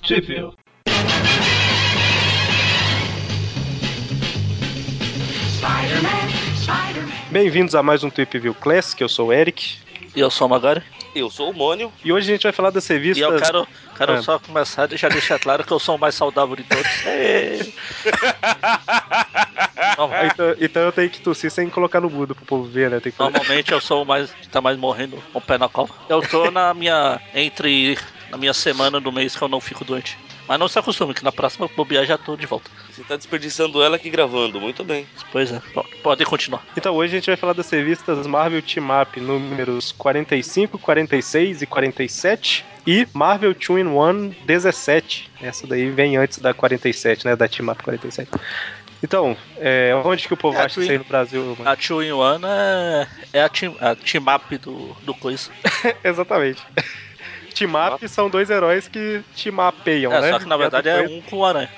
Possível. Bem-vindos a mais um Trip View Classic, eu sou o Eric. E eu sou o Magari. Eu sou o Mônio. E hoje a gente vai falar das revistas... E eu quero, quero Ah. só começar a deixar, deixar claro que eu sou o mais saudável de todos. É. Ah, Normal- Então, então eu tenho que tossir sem colocar no mudo pro povo ver, né? Tem que fazer- Normalmente eu sou o mais que tá mais morrendo com o pé na cola. Eu tô na minha. entre. na minha semana do mês que eu não fico doente. Mas não se acostume, que na próxima eu bobear já tô de volta. Você tá desperdiçando ela aqui gravando. Muito bem. Pois é, Bom, podem continuar. Então hoje a gente vai falar das revistas Marvel Team Up números 45, 46 e 47 e Marvel 2 in 1 17. Essa daí vem antes da 47, né? Da Team Up 47. Então, é, onde que o povo É, acha Twin- isso aí no Brasil? mano? A Tio Yuan é, é a, team, a team up do, do coisa. Exatamente. Team Up são dois heróis que team upeiam, É, né? só que na verdade é um com o aranha.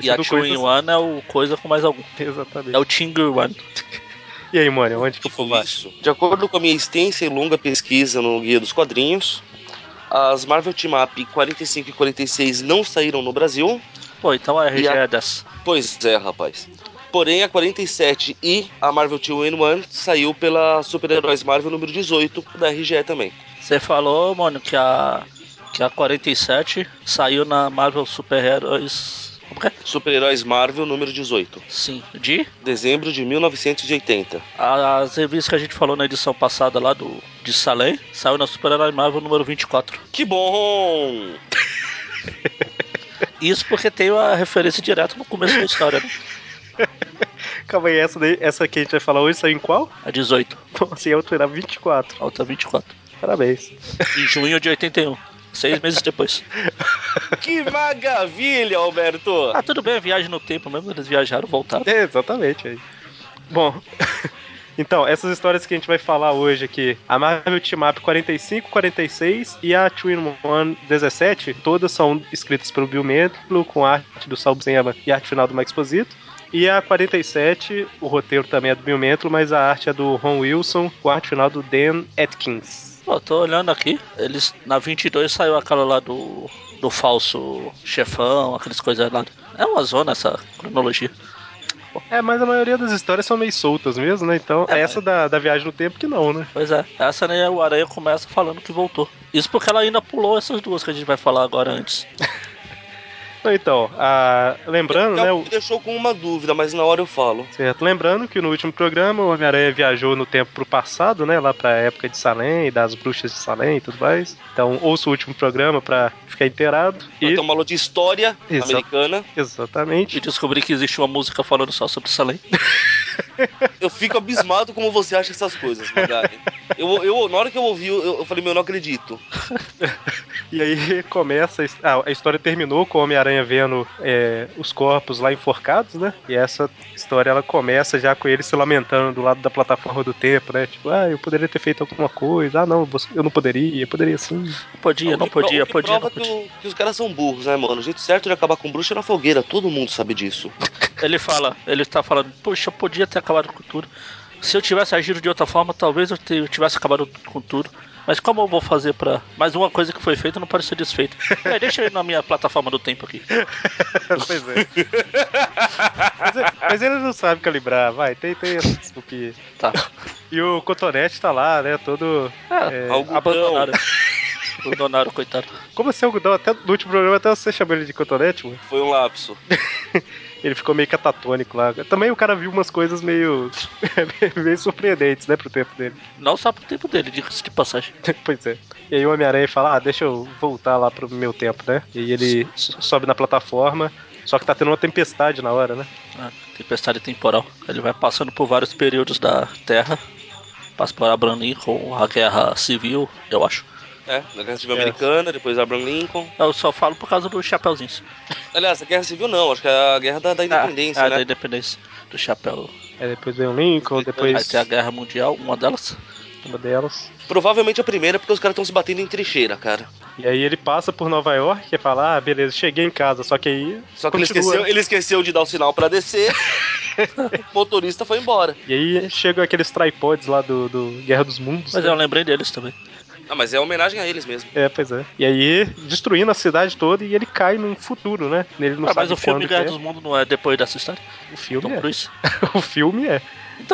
E a Tio Yuan é o coisa com mais algum. Exatamente. É o Ting Yuan. E aí, mano, onde que o povo acha? Isso. De acordo com a minha extensa e longa pesquisa no Guia dos Quadrinhos, as Marvel Team Up 45 e 46 não saíram no Brasil. Pô, então a RG E a- é dessa. Pois é, rapaz. Porém, a 47 e a Marvel Team in One saiu pela Super Heróis Marvel número 18 da RGE também. Você falou, mano, que a. que a 47 saiu na Marvel Super Heroes. Como que é? Super Heróis Marvel número 18, Sim. De? dezembro de 1980. As revistas que a gente falou na edição passada lá do de Salem saiu na Super Herói Marvel número 24. Que bom! Isso porque tem uma referência direta no começo da história, né? Calma aí, essa, daí, essa que a gente vai falar hoje saiu em qual? assim, é A 18, Nossa, e a outra era 24. a outra 24. Parabéns. Em junho de 81. Seis meses depois. Que maravilha, Alberto! Ah, tudo bem, a viagem no tempo mesmo, eles viajaram, voltaram. É, exatamente. Aí. Bom, então, essas histórias que a gente vai falar hoje aqui, a Marvel Team Up 45, 46 e a Twin One 17, todas são escritas pelo Bill Mantlo, com arte do Sal Buscema e arte final do Mike Exposito. E a 47, o roteiro também é do Bill Mantlo, mas a arte é do Ron Wilson, com a arte final do Dan Atkins. Pô, tô olhando aqui, eles na 22 saiu aquela lá do do falso chefão, aquelas coisas lá. É uma zona essa cronologia. É, mas a maioria das histórias são meio soltas mesmo, né? Então, É, essa da, da Viagem no Tempo que não, né? Pois é, essa né, o Aranha começa falando que voltou. Isso porque ela ainda pulou essas duas que a gente vai falar agora antes. Então, a- lembrando, né? o- Me deixou com uma dúvida, mas na hora eu falo. Certo, lembrando que no último programa o Homem-Aranha viajou no tempo pro passado, né? Lá pra época de Salem e das bruxas de Salem e tudo mais. Então ouça o último programa pra ficar inteirado. Então E, Tem uma aula de história Exato. americana. E exatamente. descobri que existe uma música falando só sobre Salem. Eu fico abismado como você acha essas coisas, Magari. Eu, eu, na hora que eu ouvi, eu, eu falei, meu, eu não acredito. E aí começa. a his- ah, a história terminou com o Homem-Aranha vendo é, os corpos lá enforcados, né? E essa história ela começa já com ele se lamentando do lado da plataforma do tempo, né? Tipo, ah, eu poderia ter feito alguma coisa. Ah, não, você- eu não poderia, eu poderia sim. Podia, não O que pro- podia, o que podia, não prova podia. Que, o- que os caras são burros, né, mano? O jeito certo de acabar com bruxa é na fogueira, todo mundo sabe disso. Ele fala, ele tá falando, poxa, podia ter acabado com tudo. Se eu tivesse agido de outra forma, talvez eu te- eu tivesse acabado com tudo. Mas como eu vou fazer pra. Mas uma coisa que foi feita não pode ser desfeita. É, deixa eu ir na minha plataforma do tempo aqui. pois é. mas, ele- mas ele não sabe calibrar, vai, tem, tem essa desculpinha. Tá. E o Cotonete tá lá, né? Todo. É, É, Algodão. abandonaram. abandonaram, coitado. Como assim, algodão? Até no último programa, até você chamou ele de Cotonete, mano. Foi um lapso. Ele ficou meio catatônico lá. Também o cara viu umas coisas meio. meio surpreendentes, né, pro tempo dele. Não só pro tempo dele, diga-se de passagem. Pois é. E aí o Homem-Aranha fala: ah, deixa eu voltar lá pro meu tempo, né? E aí ele so- sobe na plataforma. Só que tá tendo uma tempestade na hora, né? Ah, tempestade temporal. Ele vai passando por vários períodos da Terra. Passa por Abraham Lincoln, a Guerra Civil, eu acho. É, na Guerra Civil É. Americana, depois Abraham Lincoln. Eu só falo por causa do Chapeuzinho. Aliás, a Guerra Civil não, acho que é a Guerra da, da Independência, Ah, ah, da né? Independência do Chapéu. Aí depois vem o Lincoln, Aí depois tem a Guerra Mundial, uma delas. uma delas. Provavelmente a primeira, porque os caras estão se batendo em trincheira, cara. E aí ele passa por Nova York e fala, ah, beleza, cheguei em casa, só que aí. Só que ele continua. esqueceu, ele esqueceu de dar o sinal pra descer. o motorista foi embora. E aí chegam aqueles tripods lá do, do Guerra dos Mundos. Mas né? eu lembrei deles também. Ah, mas é homenagem a eles mesmo. É, pois é. E aí, destruindo a cidade toda e ele cai num futuro, né? Ele não Ah, sabe mas o filme quando Guerra que é. dos Mundos não é depois dessa história? O filme Tom é. Cruise? O filme é.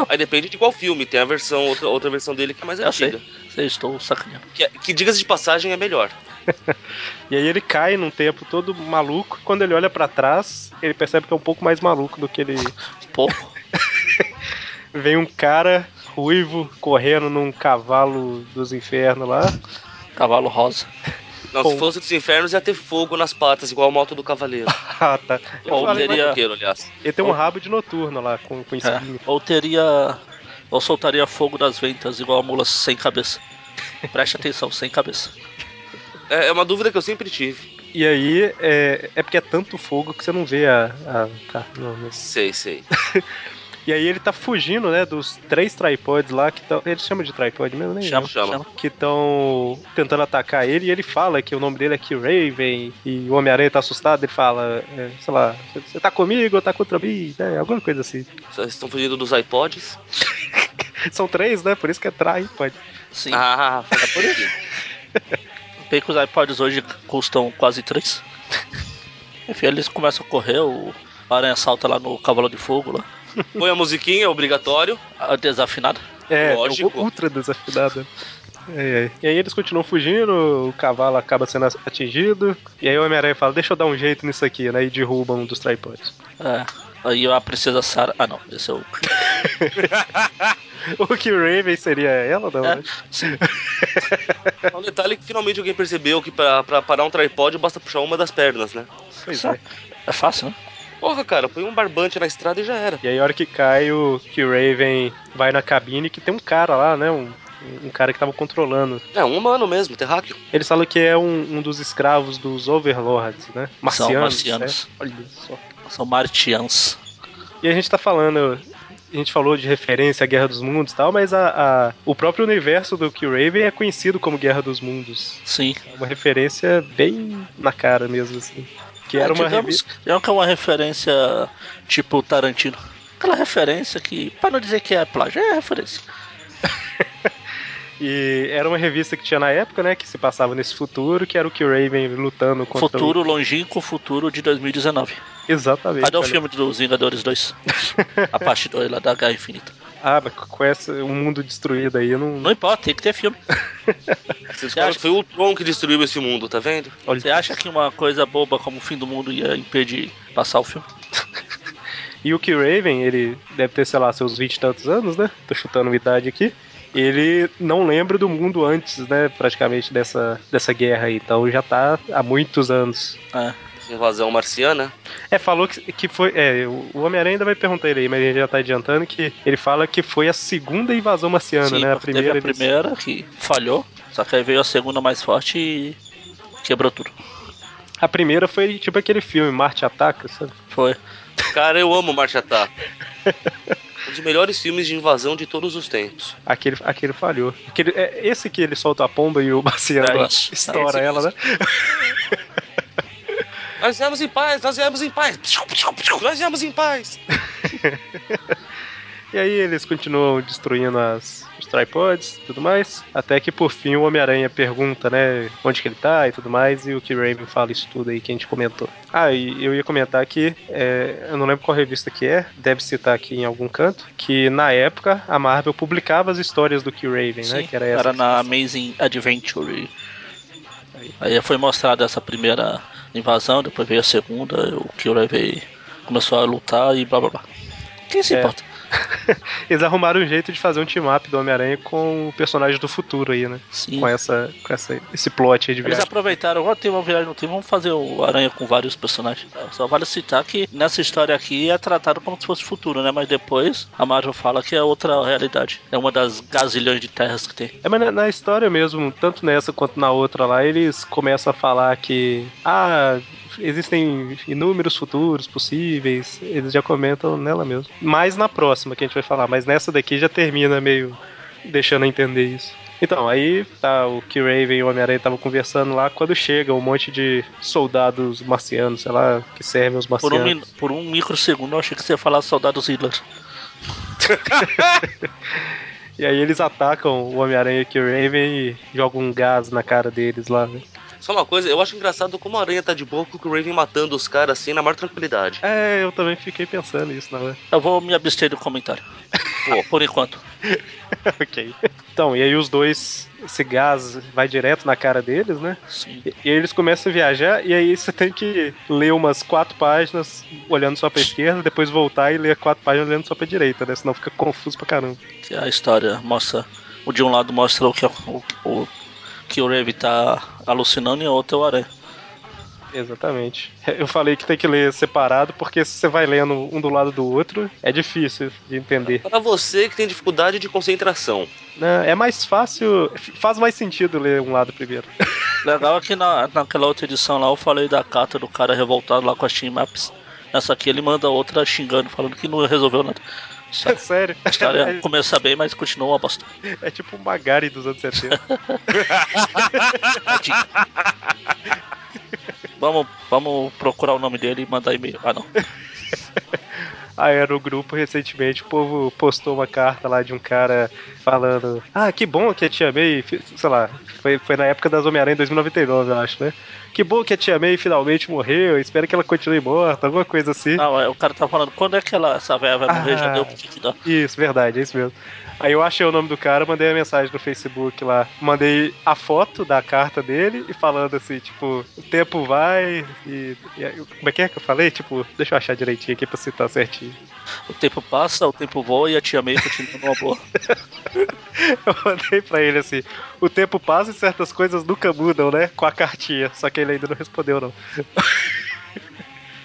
Aí depende de qual filme. Tem a versão, outra, outra versão dele que é mais Eu sei. antiga. Eu estou sacaneando. Que, é, que diga-se de passagem é melhor. E aí ele cai num tempo todo maluco. Quando ele olha pra trás, ele percebe que é um pouco mais maluco do que ele. Pouco. Vem um cara ruivo correndo num cavalo dos infernos lá. Cavalo rosa. Não, Bom. se fosse dos infernos ia ter fogo nas patas, igual a moto do cavaleiro. Ah, tá. Eu Ou Ou falei, do teria- motoqueiro, aliás. ele tem um rabo de noturno lá com, com É. espinho. Ou teria. Ou soltaria fogo das ventas, igual a mula sem cabeça. Preste atenção, sem cabeça. É, é uma dúvida que eu sempre tive. E aí, é, é porque é tanto fogo que você não vê a. a- tá, não, mas- Sei, sei. E aí ele tá fugindo, né, dos três tripods lá que estão. Ele chama de tripod mesmo, né? Chama, chama. chama. Que estão tentando atacar ele e ele fala que o nome dele é Kill Raven e o Homem-Aranha tá assustado, ele fala, é, sei lá, você tá comigo ou tá contra mim? né? Alguma coisa assim. Vocês estão fugindo dos iPods? São três, né? Por isso que é tripod. Sim. Ah, foi por aqui. Bem que os iPods hoje custam quase 3. Enfim, eles começam a correr, o Aranha salta lá no Cavalo de Fogo, lá. Põe a musiquinha, é obrigatório. a Desafinada. É, Lógico. é ultra desafinada. É, é. E aí eles continuam fugindo, o cavalo acaba sendo atingido, e aí o Homem-Aranha fala, deixa eu dar um jeito nisso aqui, né? E derruba um dos tripods. É. Aí a princesa Sarah. Ah não, esse é o. O que Raven seria ela, não? É, né? sim. É um detalhe que finalmente alguém percebeu que pra, pra parar um tripod basta puxar uma das pernas, né? Pois é. É fácil, né? Porra, cara, põe um barbante na estrada e já era. E aí a hora que cai, o que Raven vai na cabine que tem um cara lá, né? Um, um cara que tava controlando. É, um humano mesmo, terráqueo. Eles falam que é um, um dos escravos dos Overlords, né? Marcianos. São marcianos. né? Olha só. São martians. E a gente tá falando. A gente falou de referência à Guerra dos Mundos e tal, mas a, a- o próprio universo do Kill Raven é conhecido como Guerra dos Mundos. Sim. É uma referência bem na cara mesmo, assim. Que era É, uma digamos, revista. digamos que é uma referência tipo Tarantino. Aquela referência que, pra não dizer que é plágio, é referência. E era uma revista que tinha na época, né? Que se passava nesse futuro, que era o Kill Raven lutando contra o- Futuro longínquo, futuro de 2019. Exatamente. Cadê o olha. um filme dos Vingadores 2? A parte 2 lá da Guerra Infinita. Ah, mas com essa, o mundo destruído aí, eu não. Não importa, tem que ter filme. Você acha- Foi o Tron que destruiu esse mundo, tá vendo? Olha, Você acha que uma coisa boba como o fim do mundo ia impedir passar o filme? E o Kill Raven, ele deve ter, sei lá, seus 20 e tantos anos, né? Tô chutando uma idade aqui. Ele não lembra do mundo antes, né? Praticamente dessa, dessa guerra aí. Então já tá há muitos anos. É. Invasão marciana. É, falou que, que foi. É, o o Homem-Aranha ainda vai perguntar ele aí, mas ele já tá adiantando que ele fala que foi a segunda invasão marciana, Sim, né? A porque teve primeira. a eles- primeira que falhou, só que aí veio a segunda mais forte e quebrou tudo. a primeira foi tipo aquele filme, Marte Ataca, sabe? Foi. Cara, eu amo Marte Ataca. Um dos melhores filmes de invasão de todos os tempos. Aquele, aquele falhou. Aquele, é, esse que ele solta a pomba e o marciano É isso. estoura Esse ela, né? Nós viemos em paz, nós viemos em paz. Nós viemos em paz. E aí eles continuam destruindo as, os tripods e tudo mais. Até que por fim o Homem-Aranha pergunta, né, onde que ele tá e tudo mais. E o que Raven fala isso tudo aí que a gente comentou. Ah, e eu ia comentar que é, eu não lembro qual revista que é, deve citar aqui em algum canto, que na época a Marvel publicava as histórias do que Raven, né? Sim, Que era essa. que- na Amazing Adventure. Aí foi mostrada essa primeira invasão, depois veio a segunda, o Kira veio, começou a lutar e blá blá blá. Quem se É. importa? Eles arrumaram um jeito de fazer um team-up do Homem-Aranha com o personagem do futuro aí, né? Sim. Com, essa, com essa, esse plot aí de Eles viagem. aproveitaram, agora tem uma viagem no tempo, vamos fazer o Aranha com vários personagens. Só vale citar que nessa história aqui é tratado como se fosse futuro, né? Mas depois a Marvel fala que é outra realidade. É uma das gazilhões de terras que tem. É, mas na, na história mesmo, tanto nessa quanto na outra lá, eles começam a falar que. Ah, existem inúmeros futuros possíveis. Eles já comentam nela mesmo. Mais na próxima que a gente vai falar, mas nessa daqui já termina meio deixando a entender isso. Então, aí tá, o Key Raven e o Homem-Aranha estavam conversando lá quando chega um monte de soldados marcianos, sei lá, que servem os Por um, marcianos. min- por um microsegundo eu achei que você ia falar Soldados Hitler. E aí eles atacam o Homem-Aranha e o Raven e jogam um gás na cara deles lá, né? Só uma coisa, eu acho engraçado como a aranha tá de boa com o Raven matando os caras assim na maior tranquilidade. É, eu também fiquei pensando né? nisso, na verdade. Eu vou me abster do comentário. Pô. Por enquanto. ok. Então, e aí os dois, esse gás vai direto na cara deles, né? Sim. E e aí eles começam a viajar, e aí você tem que ler umas quatro páginas olhando só pra esquerda, depois voltar e ler quatro páginas olhando só pra direita, né? Senão fica confuso pra caramba. Que a história mostra. O de um lado mostra o que o, o- que o Raven tá alucinando e o outro é o Aranha. Exatamente. Eu falei que tem que ler separado, porque se você vai lendo um do lado do outro, é difícil de entender. Para você que tem dificuldade de concentração. Né? É mais fácil, faz mais sentido ler um lado primeiro. Legal é que na, naquela outra edição lá eu falei da carta do cara revoltado lá com as Team Maps. Nessa aqui ele manda outra xingando, falando que não resolveu nada. É sério. A história começa bem, mas continua uma bosta. É, é tipo o Magari dos anos 70. Vamos, vamos procurar o nome dele e mandar e-mail. Ah, não. Ah, era o grupo recentemente, o povo postou uma carta lá de um cara falando: Ah, que bom que a Tia May, fi- sei lá, foi, foi na época das Homem-Aranha em 2099, eu acho, né? Que bom que a Tia May finalmente morreu, espero que ela continue morta, alguma coisa assim. Não, é, o cara tá falando, quando é que ela, essa velha vai morrer? Já Ah. deu o que tinha que dar. Isso, verdade, é isso mesmo. Aí eu achei o nome do cara, mandei a mensagem no Facebook lá, mandei a foto da carta dele e falando assim, tipo, o tempo vai e. e aí- como é que é que eu falei? Tipo, deixa eu achar direitinho aqui pra citar certinho. O tempo passa, o tempo voa e a tia May continua numa boa. Eu mandei pra ele assim: o tempo passa e certas coisas nunca mudam, né? Com a cartinha. Só que ele ainda não respondeu, não.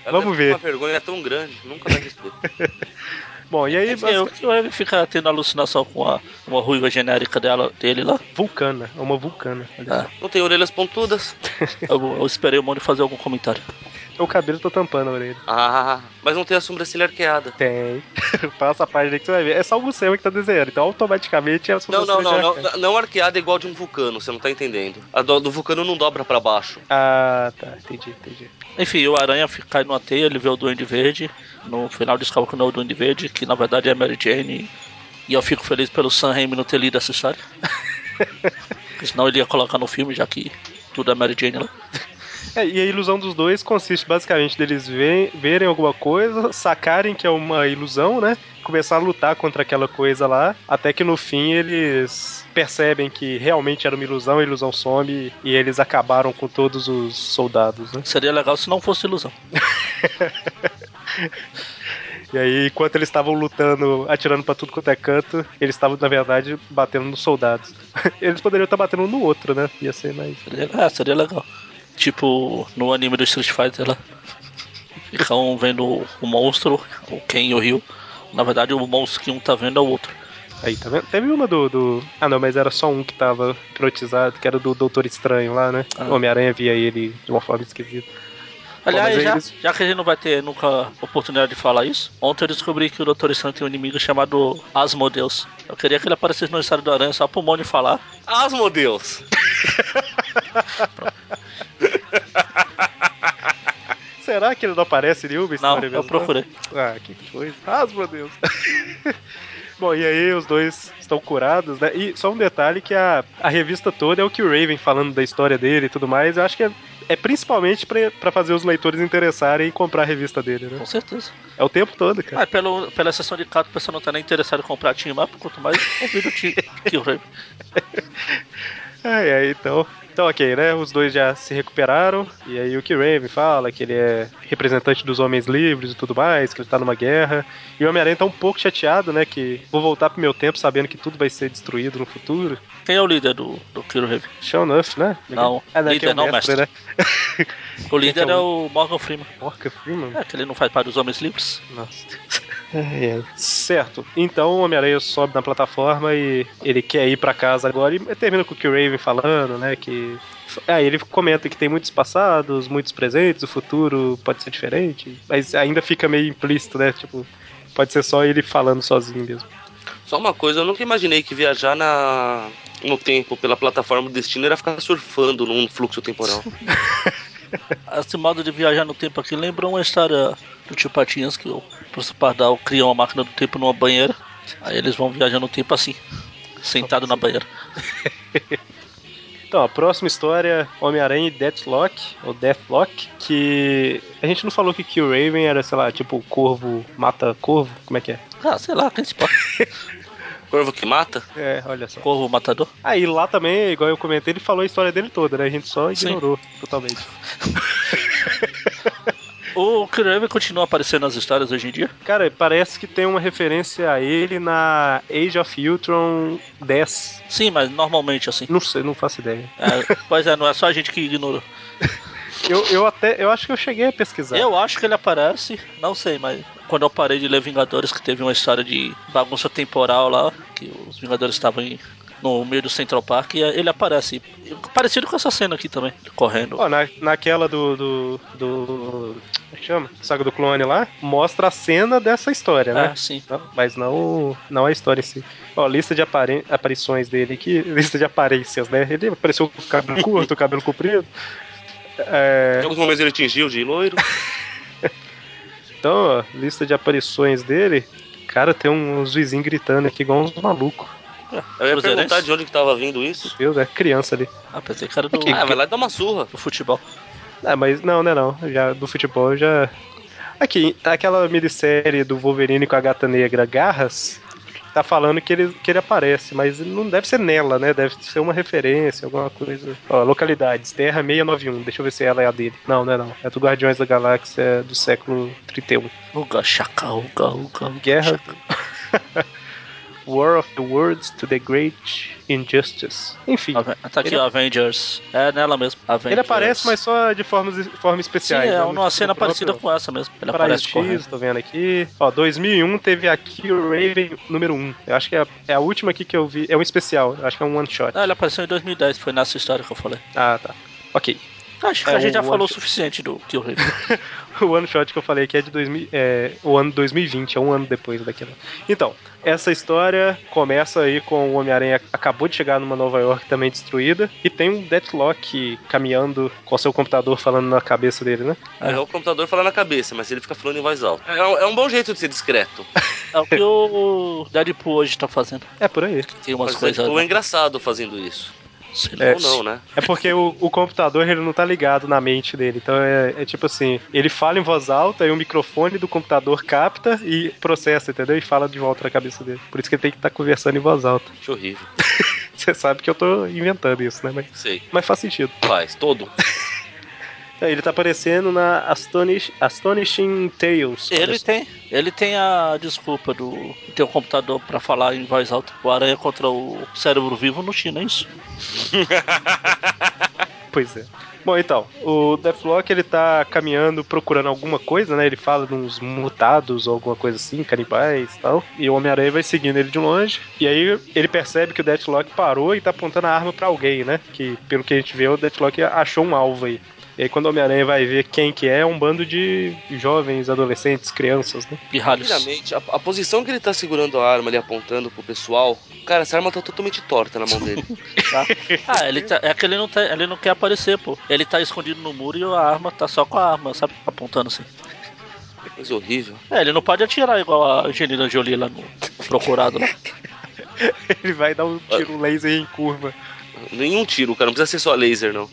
Ela Vamos deve ter ver. Uma vergonha tão grande, nunca vai responder. Bom, e aí, É que o que o Evan fica tendo alucinação com a, uma ruiva genérica dela, dele lá. vulcana, é uma vulcana. Ah, Não tem orelhas pontudas? eu, eu esperei o Mônio fazer algum comentário. O cabelo tá tampando a orelha. Ah, mas não tem a sobrancelha arqueada. Tem. Passa a página aí que você vai ver. É só o Gusema que tá desenhando, então automaticamente é a Não, não, sobrancelha não, já- não, não arqueada é igual a de um vulcano, você não tá entendendo. A do, do vulcano não dobra pra baixo. Ah, tá, entendi, entendi. Enfim, o Aranha fi- cai numa teia, ele vê o Duende Verde. No final descobre que não é o Duende Verde, que na verdade é a Mary Jane. E eu fico feliz pelo Sam Raimi não ter lido essa história. Porque Senão ele ia colocar no filme, já que tudo é Mary Jane lá. É, e a ilusão dos dois consiste basicamente deles ve- verem alguma coisa, sacarem que é uma ilusão, né? Começar a lutar contra aquela coisa lá, até que no fim eles percebem que realmente era uma ilusão, a ilusão some e eles acabaram com todos os soldados, né? Seria legal se não fosse ilusão. E aí, enquanto eles estavam lutando, atirando pra tudo quanto é canto, eles estavam, na verdade, batendo nos soldados. Eles poderiam estar batendo um no outro, né? Ia ser mais. Seria, é, seria legal. Tipo no anime do Street Fighter lá. Fica um vendo o monstro, o Ken e o Ryu. Na verdade, o monstro que um tá vendo é o outro. Aí, tá vendo? Teve uma do, do- Ah, não, mas era só um que tava hipnotizado, que era do Doutor Estranho lá, né? Ah. O Homem-Aranha via ele de uma forma esquisita. Aliás, mas já, eles- já que a gente não vai ter nunca oportunidade de falar isso, ontem eu descobri que o Dr. Estranho tem um inimigo chamado Asmodeus. Eu queria que ele aparecesse no Estado do Aranha só pro Mônio falar. Ah, Asmodeus! Será que ele não aparece em nenhuma Não, história eu procurei. Ah, que coisa. Ah, meu Deus. Bom, e aí os dois estão curados, né? E só um detalhe que a, a revista toda é o que o Raven falando da história dele e tudo mais. Eu acho que é, é principalmente pra pra fazer os leitores interessarem em comprar a revista dele, né? Com certeza. É o tempo todo, cara. Mas pelo, pela sessão de carta, o pessoal não tá nem interessado em comprar Team Up, quanto mais convido o Team que o Raven. Ai, ai, então. Então, ok, né? Os dois já se recuperaram. E aí o que Raven fala que ele é representante dos homens livres e tudo mais, que ele tá numa guerra. E o Homem-Aranha tá um pouco chateado, né? Que vou voltar pro meu tempo sabendo que tudo vai ser destruído no futuro. Quem é o líder do, do Kiro Raven? Show enough, né? Não, ah, não, líder que é o não, mestre, mestre. né? O líder que é é o- o Morgan Freeman. Porca assim, Freeman. É, que ele não faz parte dos homens livres. Nossa. Certo. Então o Homem-Aranha sobe na plataforma e ele quer ir pra casa agora e termina com o que o Raven falando, né? Que. Aí ele comenta que tem muitos passados, muitos presentes, o futuro pode ser diferente, mas ainda fica meio implícito, né? Tipo, pode ser só ele falando sozinho mesmo. Só uma coisa, eu nunca imaginei que viajar na... no tempo pela plataforma do destino era ficar surfando num fluxo temporal. Esse modo de viajar no tempo aqui lembra uma história do tio Patinhas que o professor Pardal cria uma máquina do tempo numa banheira. Aí eles vão viajar no tempo assim. sentado na banheira. Então, a próxima história, Homem-Aranha e Deathlock, ou Deathlock, que a gente não falou que Kill Raven era, sei lá, tipo, corvo mata corvo, como é que é? Ah, sei lá, quem se pode. Corvo que mata? É, olha só. Corvo matador? Aí Ah, lá também, igual eu comentei, ele falou a história dele toda, né? A gente só Sim. ignorou totalmente. O Kirby continua aparecendo nas histórias hoje em dia? Cara, parece que tem uma referência a ele na Age of Ultron 10. Sim, mas normalmente assim. Não sei, não faço ideia. É, pois é, não é só a gente que ignorou. Eu, eu até, eu acho que eu cheguei a pesquisar. Eu acho que ele aparece, não sei, mas quando eu parei de ler Vingadores, que teve uma história de bagunça temporal lá, que os Vingadores estavam em- no meio do Central Park, e ele aparece. Parecido com essa cena aqui também, correndo. Ó, na, naquela do. do. do. Como é que chama? Saga do Clone lá, mostra a cena dessa história, né? Ah, sim. Não, mas não, não a história em si. Ó, lista de apare- aparições dele aqui, lista de aparências, né? Ele apareceu com cabelo curto, cabelo comprido. Em É, alguns momentos ele tingiu de loiro. então, ó, lista de aparições dele. Cara, tem um, uns vizinhos gritando aqui, igual uns malucos. Eu ia Cruzeirense? perguntar de onde que tava vindo isso. Deus, é criança ali. Ah, pensei que era do, Ah, vai lá e dá uma surra. do futebol. Ah, mas não, né não. Já, do futebol já. Aqui, aquela minissérie do Wolverine com a gata negra Garras, tá falando que ele, que ele aparece, mas não deve ser nela, né? Deve ser uma referência, alguma coisa. Ó, localidades, Terra 691, deixa eu ver se ela é a dele. Não, não é não. É do Guardiões da Galáxia do século 31. Uga, chaca, uga, uga. uga, Guerra. chaca. War of the Worlds to the Great Injustice. Enfim. Ave- Tá aqui, Ele- o Avengers. É nela mesmo. Avengers. Ele aparece, mas só de formas, forma Sim, especiais. né? é No- uma cena no próprio- parecida com essa mesmo. Ele Para aparece X, correndo. tô vendo aqui. Ó, 2001 teve a Kill Raven número 1. Eu acho que é a, é a última aqui que eu vi. É um especial, eu acho que é um one shot. Ah, ele apareceu em 2010, foi nessa história que eu falei. Ah, tá. Ok. Acho que É, a gente já o- falou o suficiente do Kill Raven. O one shot que eu falei aqui é de 2000, é, o ano 2020, é um ano depois daquela. Então, essa história começa aí com o Homem-Aranha que acabou de chegar numa Nova York também destruída e tem um Deathlock caminhando com seu computador falando na cabeça dele, né? É. É o computador fala na cabeça, mas ele fica falando em voz alta. É um, é um bom jeito de ser discreto. É o que o Deadpool hoje tá fazendo. É por aí. Tem umas Mas coisas. Deadpool é engraçado fazendo isso. sei lá. É. Ou não, né? É porque o, o computador ele não tá ligado na mente dele. Então é, é tipo assim, ele fala em voz alta e o microfone do computador capta e processa, entendeu? E fala de volta na cabeça dele. Por isso que ele tem que estar conversando em voz alta. Que horrível. Você sabe que eu tô inventando isso, né? Mas, Sei. mas faz sentido. Faz, todo. É, Ele tá aparecendo na Astonish, Astonishing Tales. Ele tem, ele tem a desculpa do ter um computador pra falar em voz alta. O aranha contra o cérebro vivo no China, é isso? Pois é. Bom, então, o Deathlock ele tá caminhando procurando alguma coisa, né? Ele fala de uns mutados ou alguma coisa assim, canibais e tal. E o Homem-Aranha vai seguindo ele de longe. E aí ele percebe que o Deathlock parou e tá apontando a arma pra alguém, né? Que pelo que a gente vê, o Deathlock achou um alvo aí. E aí quando o Homem-Aranha vai ver quem que é, é um bando de jovens, adolescentes, crianças, né? Pirralhos. Primeiramente, a, a posição que ele tá segurando a arma ali, apontando pro pessoal, cara, essa arma tá totalmente torta na mão dele. Ah, ele tá, é que ele não, tá, ele não quer aparecer, pô. Ele tá escondido no muro e a arma tá só com a arma, sabe? Apontando assim. Coisa horrível. É, ele não pode atirar igual a Angelina Jolie lá no procurado lá. Ele vai dar um tiro laser em curva. Nenhum tiro, cara, não precisa ser só laser, não.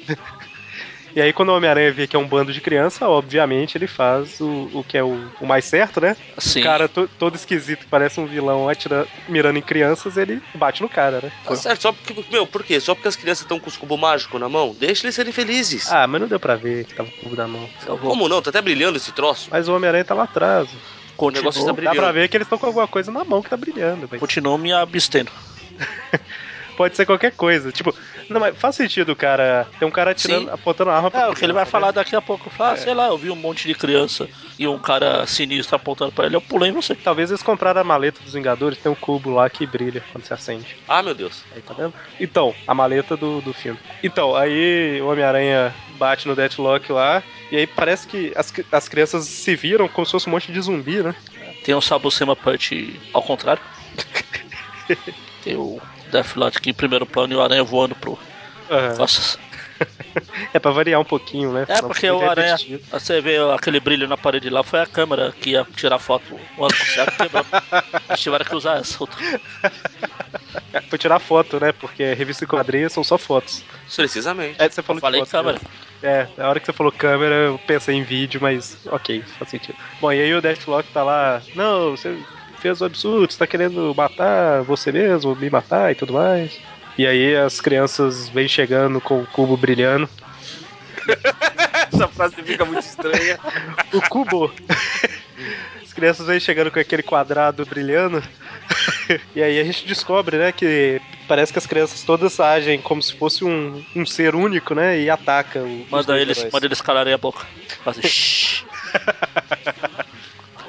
E aí, quando o Homem-Aranha vê que é um bando de criança, obviamente ele faz o, o que é o, o mais certo, né? Assim. O cara to- todo esquisito, que parece um vilão atira, mirando em crianças, ele bate no cara, né? Tá certo, só porque, meu, por quê? Só porque as crianças estão com os cubos mágicos na mão? Deixa eles serem felizes. Ah, mas não deu pra ver que tava com o cubo da mão. eu vou Como não? Tá até brilhando esse troço. Mas o Homem-Aranha tá lá atrás. O negócio tá continuo, está Dá brilhando. pra ver que eles estão com alguma coisa na mão que tá brilhando. mas continuo me abstendo. pode ser qualquer coisa. Tipo, não, mas faz sentido, o cara. Tem um cara atirando, Sim. apontando a arma É, o que ele vai criança, falar né? daqui a pouco. Falar, ah, sei lá, eu vi um monte de criança e um cara sinistro apontando pra ele, eu pulei em você. Talvez eles compraram a maleta dos Vingadores, tem um cubo lá que brilha quando você acende. Ah, meu Deus. Aí, tá vendo? Então, a maleta do, do filme. Então, aí o Homem-Aranha bate no Deathlock lá, e aí parece que as, cri- as crianças se viram como se fosse um monte de zumbi, né? Tem o Sabucema Punch ao contrário. Tem o Deathlot aqui em primeiro plano e o Aranha voando pro. Ah, Nossa. é pra variar um pouquinho, né? É, Senão porque fica o Aranha. repetitivo. Você vê aquele brilho na parede lá, foi a câmera que ia tirar foto. O ângulo certo quebrou. Eles tiveram que usar essa outra. Foi É, tirar foto, né? Porque revista e quadrinhos são só fotos. Precisamente. É, você falou Eu falei de foto, câmera. É, na hora que você falou câmera, eu pensei em vídeo, mas ok, faz sentido. Bom, e aí o Deathlock tá lá, não, você fez um absurdo, você tá querendo matar você mesmo, me matar e tudo mais. E aí as crianças vêm chegando com o cubo brilhando. Essa frase fica muito estranha. O cubo! as crianças vêm chegando com aquele quadrado brilhando. e aí a gente descobre, né, que parece que as crianças todas agem como se fosse um, um ser único, né, e ataca o os Manda dois eles, heróis. manda eles calarem a boca. Fazem shhh.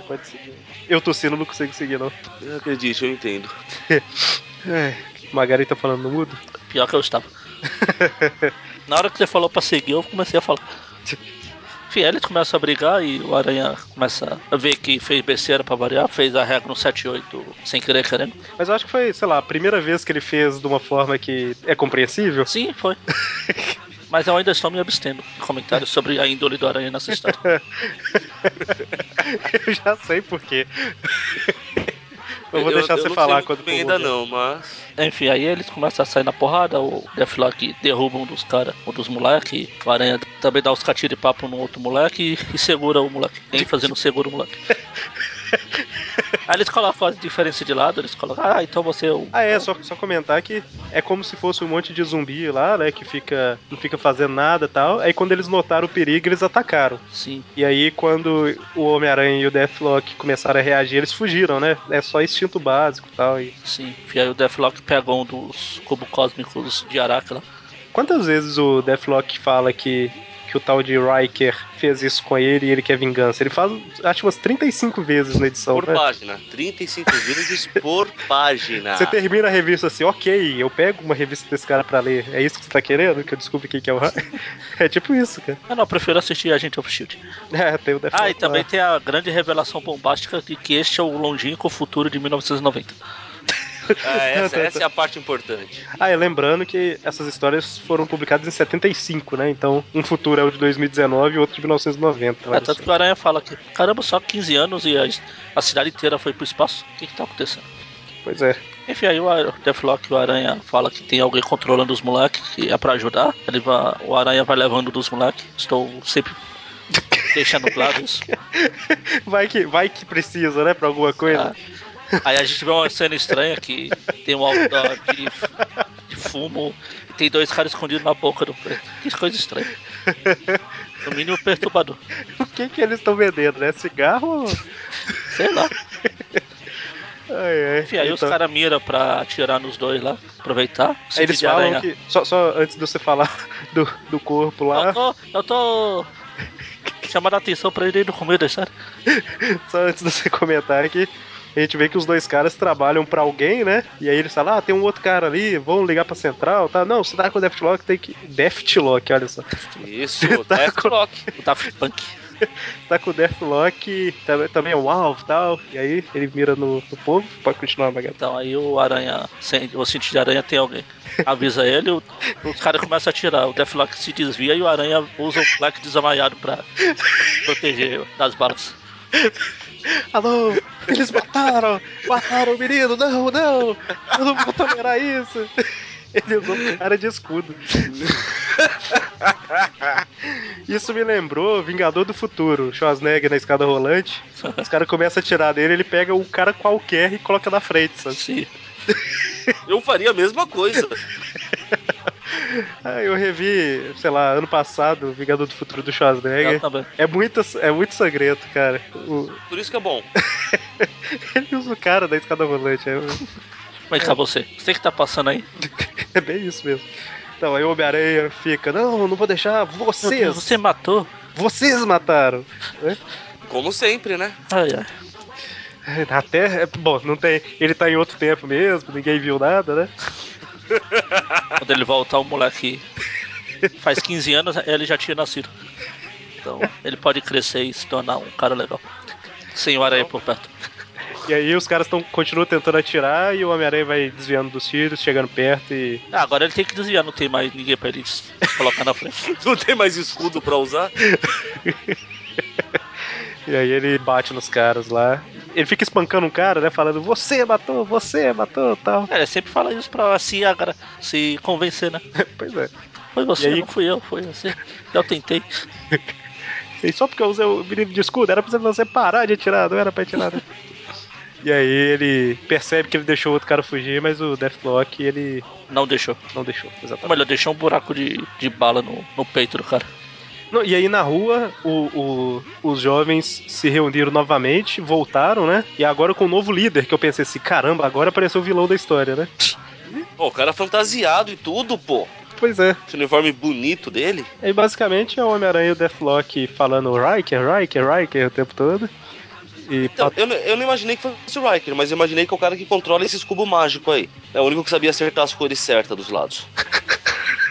Pode seguir. Eu tossindo não consigo seguir, não. Eu acredito, eu entendo. É, Magari tá falando no mudo? Pior que eu estava. Na hora que você falou pra seguir, eu comecei a falar. Enfim, aí eles começam a brigar e o Aranha começa a ver que fez besteira pra variar, fez a regra no 78 sem querer querendo. Mas eu acho que foi, sei lá, a primeira vez que ele fez de uma forma que é compreensível. Sim, foi. Mas eu ainda estou me abstendo de comentários sobre a índole do Aranha nessa história. eu já sei por quê. Eu vou deixar eu você não falar sei muito quando bem for ainda morrer. não, mas. Enfim, aí eles começam a sair na porrada, o Deathlock derruba um dos caras, um dos moleques, o Aranha também dá uns catiripapo no outro moleque e, e segura o moleque, nem fazendo segura o moleque. aí eles colocam as diferenças de lado, eles colocam, ah, então você é o... Ah, é, só, só comentar que é como se fosse um monte de zumbi lá, né, que fica não fica fazendo nada e tal. Aí quando eles notaram o perigo, eles atacaram. Sim, E aí quando o Homem-Aranha e o Deathlock começaram a reagir, eles fugiram, né? É só instinto básico e tal. E sim. E aí o Deathlock pega um dos cubos cósmicos de Araca lá. Quantas vezes o Deathlock fala que, que o tal de Riker fez isso com ele e ele quer vingança? Ele faz, acho, umas 35 vezes na edição, Por né? página. 35 vezes por página. Você termina a revista assim, ok, eu pego uma revista desse cara pra ler, é isso que você tá querendo? Que eu descubro quem que é o Riker? É tipo isso, cara. Ah, não, eu prefiro assistir Agent of S.H.I.E.L.D. É, tem o Deathlock Ah, e também lá. tem a grande revelação bombástica de que este é o longínquo futuro de 1990. Ah, essa, essa é a parte importante. Ah, e lembrando que essas histórias foram publicadas em 75, né? Então, um futuro é o de 2019 e outro de 1990. É, olha tanto só. que o Aranha fala aqui, caramba, só 15 anos e a, a cidade inteira foi pro espaço. O que que tá acontecendo? Pois é. Enfim, aí o Ar- o Deathlock, o Aranha fala que tem alguém controlando os moleques, que é pra ajudar. Ele vai, o Aranha vai levando dos moleques. Estou sempre deixando claro isso. Vai que, vai que precisa, né? Pra alguma coisa. Ah, Aí a gente vê uma cena estranha que tem um outdoor de, de fumo e tem dois caras escondidos na boca do preto. Que coisa estranha. No mínimo perturbador. O que que eles estão vendendo, né? Cigarro? Sei lá. Ai, ai. Enfim, aí os Então. caras miram pra atirar nos dois lá, aproveitar. Aí Sentido eles de falam aranha. que. Só, só antes de você falar do, do corpo lá, Eu tô, eu tô chamando a atenção pra ele no começo né, da história. só antes de você comentar aqui. A gente vê que os dois caras trabalham pra alguém, né? E aí eles falam, ah, tem um outro cara ali, vão ligar pra central, tá? Não, se dá com o Deftlock, tem que... Deftlock, olha só. Isso, é. Tá Death com- Clock. O Daft Punk. Tá com o Deftlock, também, também é um alvo e tal. E aí ele mira no, no povo. Pode continuar, Magali. Então aí o aranha, sente- o sentido de aranha tem alguém. Avisa ele, o, os caras começam a atirar. O Deathlock se desvia e o aranha usa o Black desmaiado pra proteger das balas. Alô, eles mataram! Mataram o menino! Não, não! Eu não vou tolerar isso! Ele usou um cara de escudo. Isso me lembrou Vingador do Futuro, Schwarzenegger na escada rolante. Os caras começam a tirar dele, ele pega um cara qualquer e coloca na frente, sabe? Assim, Eu faria a mesma coisa. Ah, eu revi, sei lá, ano passado, Vingador do Futuro do eu Schwarzenegger. também. É muito, é muito sangrento, cara. O- Por isso que é bom. ele usa o cara da escada rolante. É, Vem cá você. Você que tá passando aí. É bem isso mesmo. Então, aí o Homem-Aranha fica, não, não vou deixar Meu Deus, vocês, você matou? vocês mataram. Como sempre, né? Ai, ai. Até, é, bom, não tem, ele tá em outro tempo mesmo, ninguém viu nada, né? Quando ele voltar, o moleque faz 15 anos, ele já tinha nascido. Então, ele pode crescer e se tornar um cara legal. Sem o aranha por perto. E aí os caras tão, continuam tentando atirar e o Homem-Aranha vai desviando dos tiros, chegando perto e... Ah, agora ele tem que desviar, não tem mais ninguém pra ele s- colocar na frente. Não tem mais escudo pra usar. E aí ele bate nos caras lá. ele fica espancando um cara, né? Falando, você matou, você matou tal. É, sempre fala isso pra se, agra- se convencer, né? pois é. Foi você, E aí- não fui eu, foi você. Eu tentei. E só porque eu usei o menino de escudo, era pra você parar de atirar, não era pra atirar, né? E aí ele percebe que ele deixou o outro cara fugir, mas o Deathlock ele Não deixou. não deixou, exatamente. Ou melhor, deixou um buraco de, de bala no, no peito do cara. Não, e aí na rua, o- o- os jovens se reuniram novamente, voltaram, né? E agora com um novo líder, que eu pensei assim, caramba, agora apareceu o vilão da história, né? Pô, o cara é fantasiado e tudo, pô. Pois é. Esse uniforme bonito dele. E basicamente é o Homem-Aranha e o Deathlock falando Riker, Riker, Riker o tempo todo. E Então, eu, não- eu não imaginei que fosse o Riker, mas eu imaginei que é o cara que controla esses cubos mágicos aí. É o único que sabia acertar as cores certas dos lados.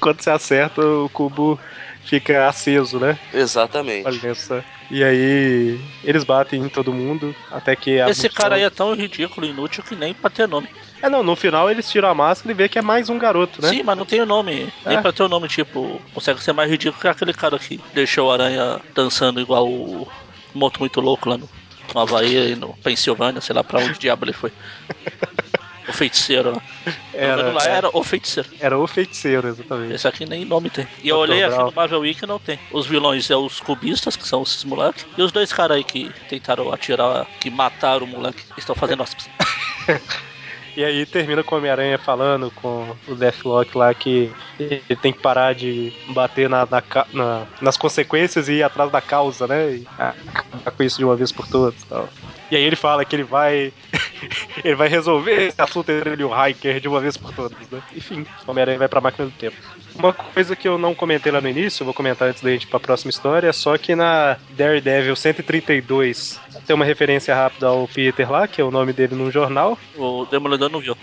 quando você acerta, o cubo fica aceso, né? Exatamente. Olha essa. E aí eles batem em todo mundo, até que a Esse cara aí aí... é tão ridículo, inútil, que nem pra ter nome. É não, no final eles tiram a máscara e vê que é mais um garoto, né? Sim, mas não tem o nome. Nem É. pra ter o nome, tipo, consegue ser mais ridículo que aquele cara que deixou o Aranha dançando igual o Moto Muito Louco lá no, no Havaí e no Pensilvânia, sei lá pra onde diabo ele foi. O feiticeiro lá. Pelo menos lá é. era o feiticeiro. Era o feiticeiro, exatamente. Esse aqui nem nome tem. E eu Dr. olhei aqui Brown. no Marvel Wiki não tem. Os vilões é os cubistas, que são esses moleques. E os dois caras aí que tentaram atirar, que mataram o moleque, estão fazendo aspas. E aí termina com o Homem-Aranha falando com o Deathlock lá que ele tem que parar de bater na, na ca- na- nas consequências e ir atrás da causa, né? E acabar com isso de uma vez por todas e tal. E aí ele fala que ele vai. ele vai resolver esse assunto entre ele e o Hiker de uma vez por todas, né? Enfim, o Homem-Aranha vai pra máquina do tempo. Uma coisa que eu não comentei lá no início, eu vou comentar antes da gente ir pra próxima história, é só que na Daredevil 132 tem uma referência rápida ao Peter lá, que é o nome dele num jornal. O Demolidor não viu.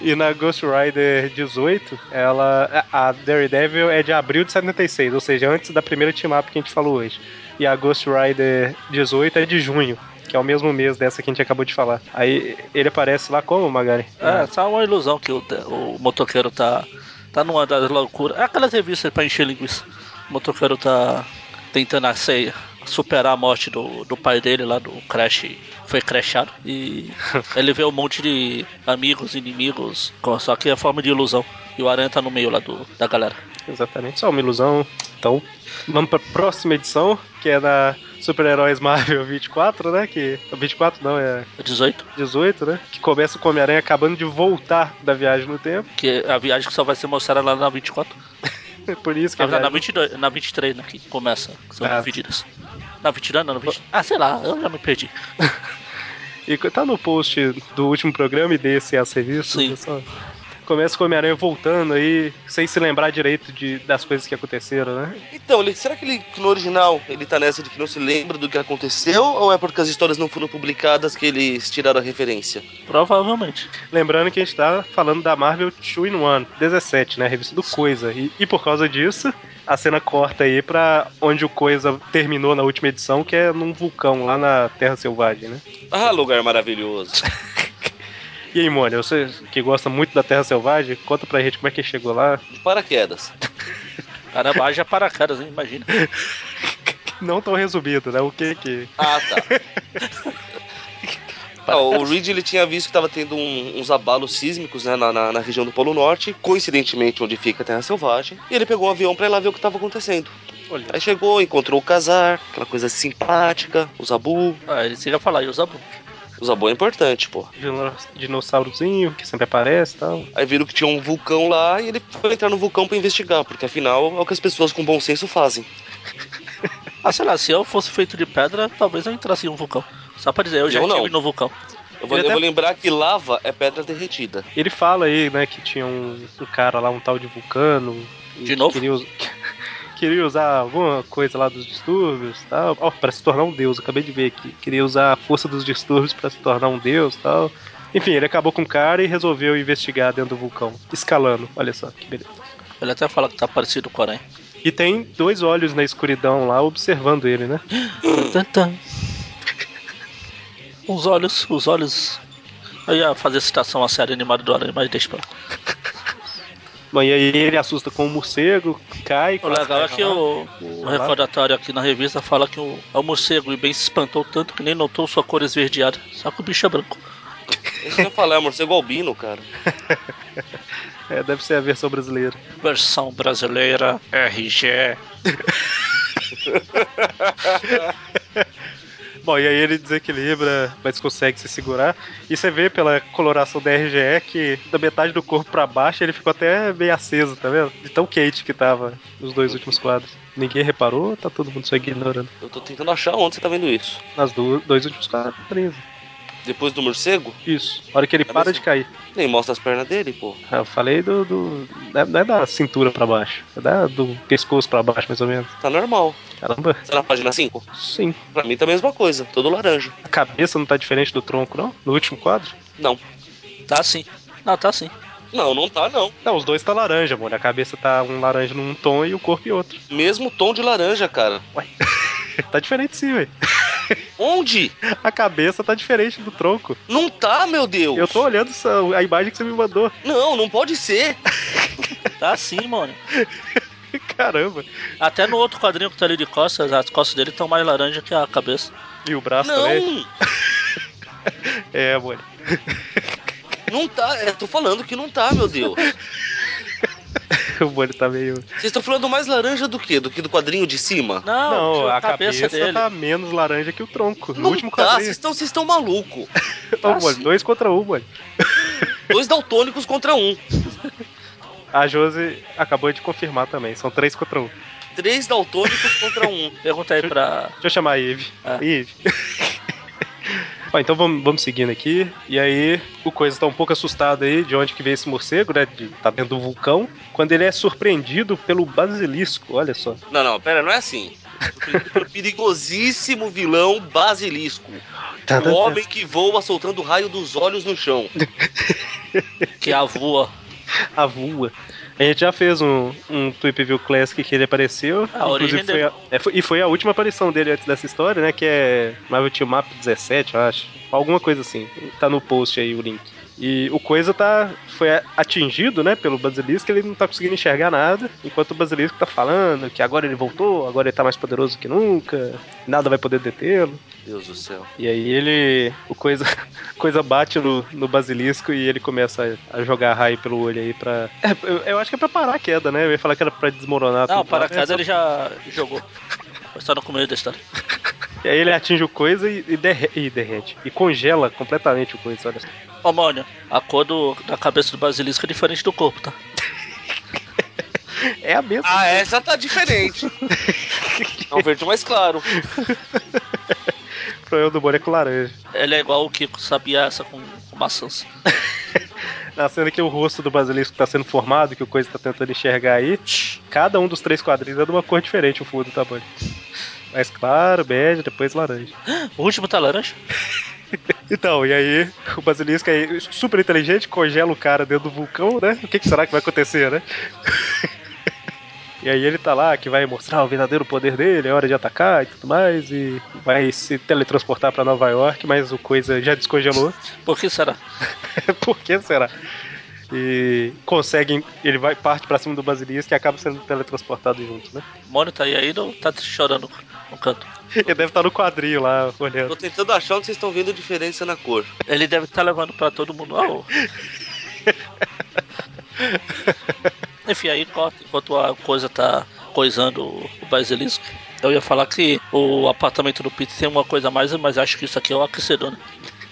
E na Ghost Rider 18, ela. A a Daredevil é de abril de 76, ou seja, antes da primeira team-up que a gente falou hoje. E a Ghost Rider 18 é de junho, que é o mesmo mês dessa que a gente acabou de falar. Aí ele aparece lá como, Magari? É, só uma ilusão que o, o motoqueiro tá. Tá numa das loucuras. É aquelas revistas pra encher linguiça. O motoqueiro tá tentando a ceia, superar a morte do, do pai dele lá do Crash. Foi crashado. E ele vê um monte de amigos, inimigos. com- Só que é forma de ilusão. E o Aranha tá no meio lá do, da galera. É, Exatamente, só uma ilusão. Então, vamos pra próxima edição, que é da Super-Heróis Marvel 24, né? Que. 24 não, é 18. 18, né? Que começa com o Homem-Aranha acabando de voltar da viagem no tempo. Que é a viagem que só vai ser mostrada lá na 24. Por isso que Na, a verdade, na, viagem 22, na 23, né? Que começa. que São Ah. divididas. Na 22, não, na 20. Ah, sei lá, eu já me perdi. E que tá no post do último programa e desse as revistas, Sim. pessoal. Começa com o Homem-Aranha voltando aí, sem se lembrar direito de, das coisas que aconteceram, né? Então, ele, será que ele, no original, ele tá nessa de que não se lembra do que aconteceu? Ou é porque as histórias não foram publicadas que eles tiraram a referência? Provavelmente. Lembrando que a gente tá falando da Marvel 2 in 1, 17, né? A revista do Coisa. E, e por causa disso, a cena corta aí pra onde o Coisa terminou na última edição, que é num vulcão lá na Terra Selvagem, né? Ah, lugar maravilhoso. E aí, Mônica, você que gosta muito da Terra Selvagem, conta pra gente como é que chegou lá. De paraquedas. Caramba, haja paraquedas, hein? Imagina. Não tão resumido, né? O que que... Ah, tá. Ah, o Reed ele tinha visto que estava tendo um- uns abalos sísmicos né, na, na- na região do Polo Norte, coincidentemente onde fica a Terra Selvagem, e ele pegou um avião para ir lá ver o que estava acontecendo. Olha, Aí chegou, encontrou o Casar, aquela coisa simpática, o Zabu. Ah, ele se ia falar, e o Zabu. O Zabu é importante, pô. dino- dinossaurozinho que sempre aparece e tal. Aí viram que tinha um vulcão lá e ele foi entrar no vulcão para investigar, porque afinal é o que as pessoas com bom senso fazem. Ah, sei lá, se eu fosse feito de pedra, talvez eu entrasse em um vulcão. Só pra dizer, eu já Eu não. estive no vulcão. Eu vou, Ele eu até- vou lembrar que lava é pedra derretida. Ele fala aí, né, que tinha um, um cara lá, um tal de vulcano. e De novo? Queria, us- queria usar alguma coisa lá dos distúrbios e tal. Ó, pra se tornar um deus, acabei de ver aqui. Queria usar a força dos distúrbios pra se tornar um deus e tal. Enfim, ele acabou com o cara e resolveu investigar dentro do vulcão, escalando. Olha só, que beleza. Ele até fala que tá parecido com o Aranha. E tem dois olhos na escuridão lá observando ele, né? Tan, tan. os olhos, os olhos. Eu ia fazer citação à série animada do Aranha, mas deixa pra lá. Bom, e aí ele assusta com o morcego, cai. O legal é cai que lá. o, o lá. recordatório aqui na revista fala que o, é o morcego e bem se espantou tanto que nem notou sua cor esverdeada. Só que o bicho é branco. Isso não falar, morcego albino, cara. É, deve ser a versão brasileira. Versão brasileira, RG. Bom, e aí ele desequilibra, mas consegue se segurar. E você vê pela coloração da RGE que da metade do corpo pra baixo ele ficou até meio aceso, tá vendo? De tão quente que tava nos dois últimos quadros. Ninguém reparou, tá todo mundo só ignorando. Eu tô tentando achar onde você tá vendo isso. Nas do, dois últimos quadrinhos. Depois do morcego? Isso. A hora que ele Tá para mesmo? de cair. Nem mostra as pernas dele, pô. Ah, eu falei do. do não é- não é da cintura pra baixo. É da, do pescoço pra baixo, mais ou menos. Tá normal. Caramba. Tá na página 5? Sim. Pra mim tá a mesma coisa, todo laranja. A cabeça não tá diferente do tronco, não? No último quadro? Não. Tá sim. Não, tá sim. Não, não tá não. Não, os dois tá laranja, amor. A cabeça tá um laranja num tom e o corpo em outro. Mesmo tom de laranja, cara. Tá diferente sim, velho. Onde? A cabeça tá diferente do tronco. Não tá, meu Deus. Eu tô olhando essa- a imagem que você me mandou. Não, não pode ser. Tá sim, mano. Caramba. Até no outro quadrinho que tá ali de costas, as costas dele estão mais laranja que a cabeça. E o braço também? não, É, amor. não tá. Eu tô falando que não tá, meu Deus. O Mônio tá meio. Vocês estão falando mais laranja do que? Do que do quadrinho de cima? Não, Não, tio, a cabeça, dele. tá menos laranja que o tronco. No Não último tá, quadrinho. vocês estão, vocês estão maluco. Ô, tá Mônio, sim. dois contra um, Mônio. Dois daltônicos contra um. A Josi acabou de confirmar também. São três contra um. Três daltônicos contra um. Pergunta aí pra. Deixa eu chamar a Eve. Ah. Eve. Ó, então vamos, vamos seguindo aqui. E aí, o Coisa tá um pouco assustado aí de onde que veio esse morcego, né? De, tá dentro do vulcão. Quando ele é surpreendido pelo basilisco, olha só. Não, não, pera, não é assim. Surpreendido pelo perigosíssimo vilão Basilisco. Ah, tá O homem que voa soltando raio dos olhos no chão. Que a voa. A voa. A gente já fez um, um Tweep View Classic que ele apareceu. Ah, A origem foi a, é, foi- e foi a última aparição dele antes dessa história, né? Que é Marvel Team Up 17, eu acho. Alguma coisa assim. Tá no post aí o link. E o Coisa tá. Foi atingido, né, pelo Basilisco, ele não tá conseguindo enxergar nada. Enquanto o Basilisco tá falando que agora ele voltou, agora ele tá mais poderoso que nunca, nada vai poder detê-lo. Deus do céu. E aí ele. O coisa, coisa bate no, no basilisco e ele começa a, a jogar raio pelo olho aí pra. É, eu, eu acho que é pra parar a queda, né? Eu ia falar que era pra desmoronar tudo Não, lá, para mas casa é ele já jogou. Mas tá no começo da história. só- E aí ele atinge o coisa e, e derre- e derrete. E congela completamente o coisa, olha só. Ô, Mônio, a cor do, da cabeça do basilisco é diferente do corpo, tá? É a mesma. Ah, essa tá diferente. É um verde mais claro. O problema do Moro é com laranja. Ele é igual o Kiko sabia essa com, com maçãs. Na cena que o rosto do basilisco tá sendo formado, que o coisa tá tentando enxergar aí, cada um dos três quadrinhos é de uma cor diferente o fundo do tamanho. Mais claro, bege, depois laranja. O último tá laranja? Então, e aí, o basilisco aí, super inteligente, congela o cara dentro do vulcão, né? O que, que será que vai acontecer, né? E aí ele tá lá, que vai mostrar o verdadeiro poder dele, é hora de atacar e tudo mais, e vai se teletransportar pra Nova York, mas o coisa já descongelou. Por que será? Por que será? E conseguem, ele vai parte pra cima do basilisco e acaba sendo teletransportado junto, né? Mônio tá aí ainda ou tá chorando no canto? Ele deve estar no quadril lá, olhando. Tô tentando achar onde vocês estão vendo a diferença na cor. Ele deve estar levando pra todo mundo. Ah, ô. Enfim, aí corta enquanto a coisa tá coisando o basilisco. Eu ia falar que o apartamento do Peter tem uma coisa a mais, mas acho que isso aqui é um aquecedor, né?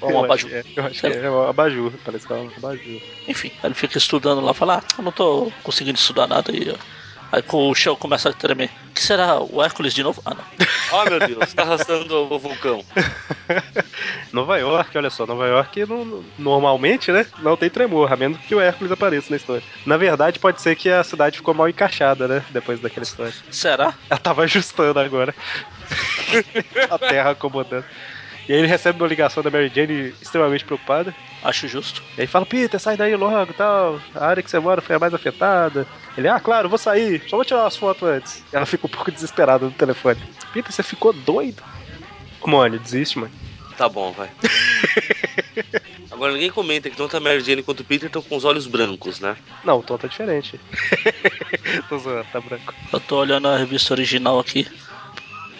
Ou um Eu abajur. acho que é- eu acho que é um abajur, parece que é um abajur. Enfim, ele fica estudando lá, fala, ah, eu não tô conseguindo estudar nada e ó. Aí co- o chão começa a tremer. O que será o Hércules de novo? Ah não. Ah, meu Deus, tá arrastando o vulcão. Nova York, olha só, Nova York não- não- normalmente, né? Não tem tremor, a menos que o Hércules apareça na história. Na verdade, pode ser que a cidade ficou mal encaixada, né? Depois daquela história. Será? Ela tava ajustando agora. a terra acomodando. E aí ele recebe uma ligação da Mary Jane extremamente preocupada. Acho justo. E aí fala, Peter, sai daí logo e tal. A área que você mora foi a mais afetada. Ele, ah, claro, vou sair. Só vou tirar umas fotos antes. Ela fica um pouco desesperada no telefone. Peter, você ficou doido? Mônio, desiste, mano. Tá bom, vai. Agora ninguém comenta que tanto a Mary Jane quanto o Peter estão com os olhos brancos, né? Não, o tom tá diferente. Tô zoando, tá branco. Eu tô olhando a revista original aqui.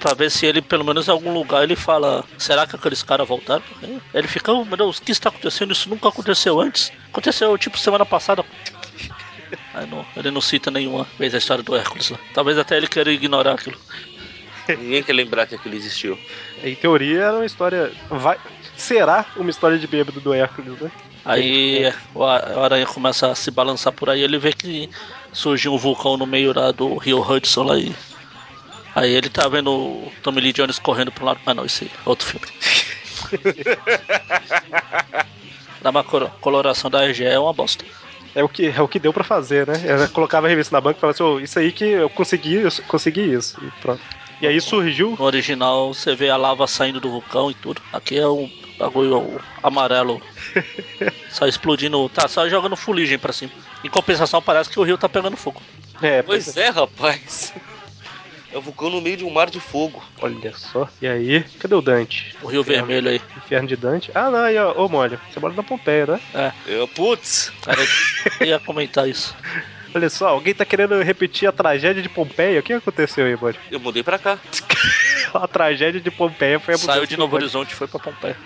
Pra ver se ele, pelo menos em algum lugar, ele fala: será que aqueles caras voltaram? Ele fica: "Oh, meu Deus, o que está acontecendo? Isso nunca aconteceu antes. Aconteceu tipo semana passada. Aí não, ele não cita nenhuma vez a história do Hércules lá. Talvez até ele queira ignorar aquilo. Ninguém quer lembrar que aquilo existiu. Em teoria era uma história. Vai... Será uma história de bêbado do Hércules, né? Aí é, o a- o aranha começa a se balançar por aí, ele vê que surgiu um vulcão no meio lá do rio Hudson lá e. Aí ele tá vendo o Tommy Lee Jones correndo pro lado. Mas não, esse é outro filme. Dá uma coro- coloração da RGE é uma bosta. É o que, é o que deu pra fazer, né? Ela colocava a revista na banca e falava assim, "Ô, isso aí que eu consegui, eu consegui isso. E pronto. E aí surgiu. No original você vê a lava saindo do vulcão e tudo. Aqui é um bagulho amarelo. só explodindo. Tá, só jogando fuligem pra cima. Em compensação parece que o rio tá pegando fogo. É, pois Pois é, rapaz. É um vulcão no meio de um mar de fogo. é, Olha só. E aí, cadê o Dante? O rio vermelho aí. Inferno de Dante. Ah, não, aí, ó, ô, Mônio, você mora na Pompeia, né? É. Eu, putz, Cara, eu ia comentar isso. Olha só, alguém tá querendo repetir a tragédia de Pompeia? O que aconteceu aí, Mônio? eu mudei pra cá. A tragédia de Pompeia foi a Saiu mudança de do Novo Mônio. Horizonte e foi pra Pompeia.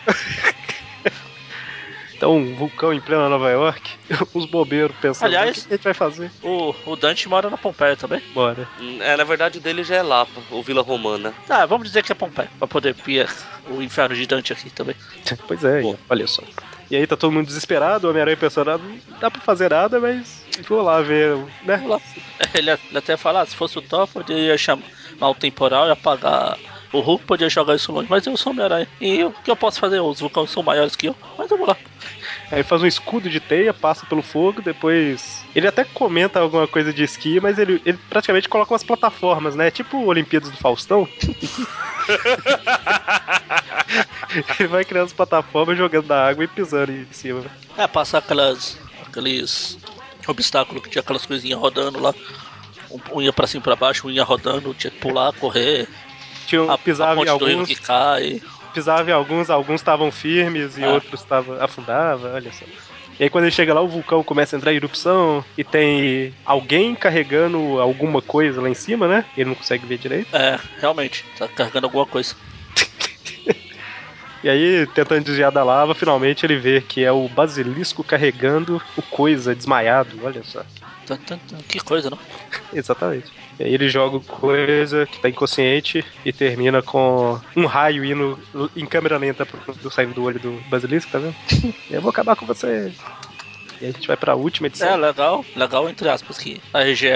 Então, um vulcão em plena Nova York, os bobeiros pensando, Aliás- o que a gente vai fazer? O, o Dante mora na Pompeia também? Bora. Hum, É, na verdade o dele já é Lapa, ou Vila Romana. Ah, vamos dizer que é Pompeia. Pra poder pia o inferno de Dante aqui também. Pois é, Pô. olha só. E aí tá todo mundo desesperado, o Homem-Aranha pensando, "Ah, não dá pra fazer nada, mas vou lá ver, né? Vamos lá. Ele, ele até fala, ah, se fosse o Thor, poderia chamar o temporal e apagar. O Hulk podia jogar isso longe, mas eu sou Homem-Aranha. E o que eu posso fazer? Os vulcões são maiores que eu, mas eu vou lá. Aí faz um escudo de teia, passa pelo fogo, depois. Ele até comenta alguma coisa de esqui, mas ele, ele praticamente coloca umas plataformas, né? Tipo Olimpíadas do Faustão. ele vai criando as plataformas, jogando na água e pisando em cima. É, passar aquelas. aqueles obstáculos que tinha aquelas coisinhas rodando lá. Um, um ia pra cima e pra baixo, um ia rodando, tinha que pular, correr. Tinha, um- A, a pisava, em ponte do hino alguns, que cai. pisava em alguns, alguns estavam firmes e Ah. outros estavam afundavam, olha só. E aí quando ele chega lá, o vulcão começa a entrar em erupção e tem alguém carregando alguma coisa lá em cima, né? Ele não consegue ver direito. É, realmente, tá carregando alguma coisa. E aí, tentando desviar da lava, finalmente ele vê que é o basilisco carregando o coisa desmaiado, olha só. Tan, tan, tan. Que coisa, não? Exatamente. E aí ele joga o coisa que tá inconsciente e termina com um raio indo em câmera lenta pro- do- saindo do olho do basilisco, tá vendo? Eu vou acabar com você. E a gente vai pra última É, edição. legal, legal, entre aspas, que a RGE,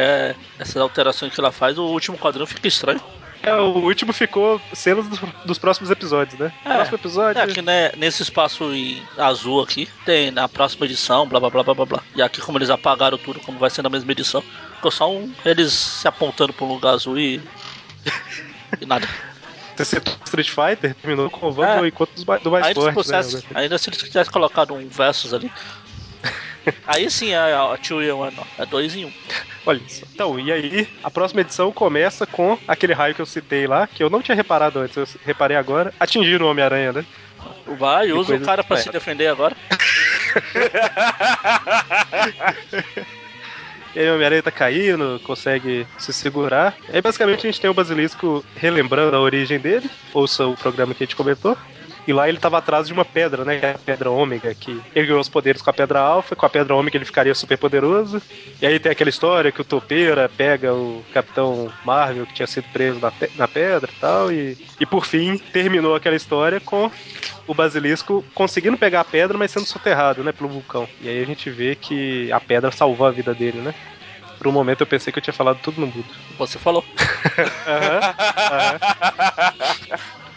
essas alterações que ela faz, o último quadrinho fica estranho. É, o último ficou cenas dos, dos próximos episódios, né? É. Próximo episódio. É que né, nesse espaço em azul aqui, tem na próxima edição, blá blá blá blá blá blá. E aqui como eles apagaram tudo, como vai ser na mesma edição, ficou só um, eles se apontando pro lugar azul e. e nada. Você citou Street Fighter, terminou com o Vamos É. ao encontro dos, ma- do mais ainda, se fortes, né? processos- ainda se eles tivessem colocado um versus ali. Aí sim é a 2 in 1, é 2 em 1. Um. Olha isso. Então, e aí, a próxima edição começa com aquele raio que eu citei lá, que eu não tinha reparado antes, eu reparei agora, atingindo o Homem-Aranha, né? Vai, usa o coisa cara pra se esperta. defender agora. E aí o Homem-Aranha tá caindo, consegue se segurar. E aí, basicamente, a gente tem o Basilisco relembrando a origem dele, ouça o programa que a gente comentou. E lá ele tava atrás de uma pedra, né? Que é a pedra ômega, que ele ganhou os poderes com a pedra alfa, com a pedra ômega ele ficaria super poderoso. E aí tem aquela história que o Topeira pega o Capitão Marvel, que tinha sido preso na, pe- na pedra e tal. E, e por fim, terminou aquela história com o basilisco conseguindo pegar a pedra, mas sendo soterrado, né, pelo vulcão. E aí a gente vê que a pedra salvou a vida dele, né? Por um momento eu pensei que eu tinha falado tudo no mudo. Você falou.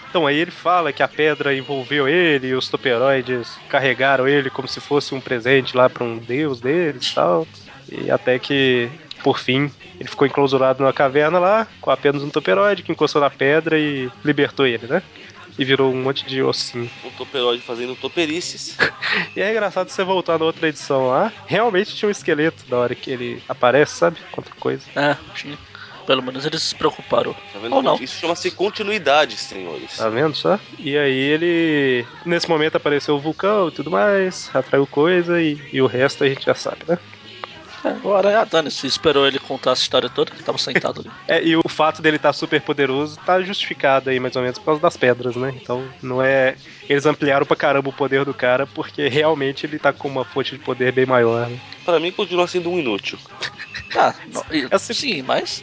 Então aí ele fala que a pedra envolveu ele e os toperoides carregaram ele como se fosse um presente lá pra um deus deles e tal. E até que, por fim, ele ficou enclausurado numa caverna lá, com apenas um toperoide que encostou na pedra e libertou ele, né? E virou um monte de ossinho. Um toperoide fazendo toperices. E é engraçado você voltar na outra edição lá. Realmente tinha um esqueleto na hora que ele aparece, sabe? Quanta coisa. É, tinha. Pelo menos eles se preocuparam. Tá vendo? Ou não. Isso chama-se continuidade, senhores. Tá vendo só? E aí ele. Nesse momento apareceu o vulcão e tudo mais, atraiu coisa e, e o resto a gente já sabe, né? É, agora é a Dani, se esperou ele contar essa história toda, que tava sentado ali. É, e o fato dele estar super poderoso tá justificado aí, mais ou menos, por causa das pedras, né? Então não é. Eles ampliaram pra caramba o poder do cara, porque realmente ele tá com uma fonte de poder bem maior, né? Pra mim, continua sendo um inútil. Ah, não, e- É, se- sim, mas.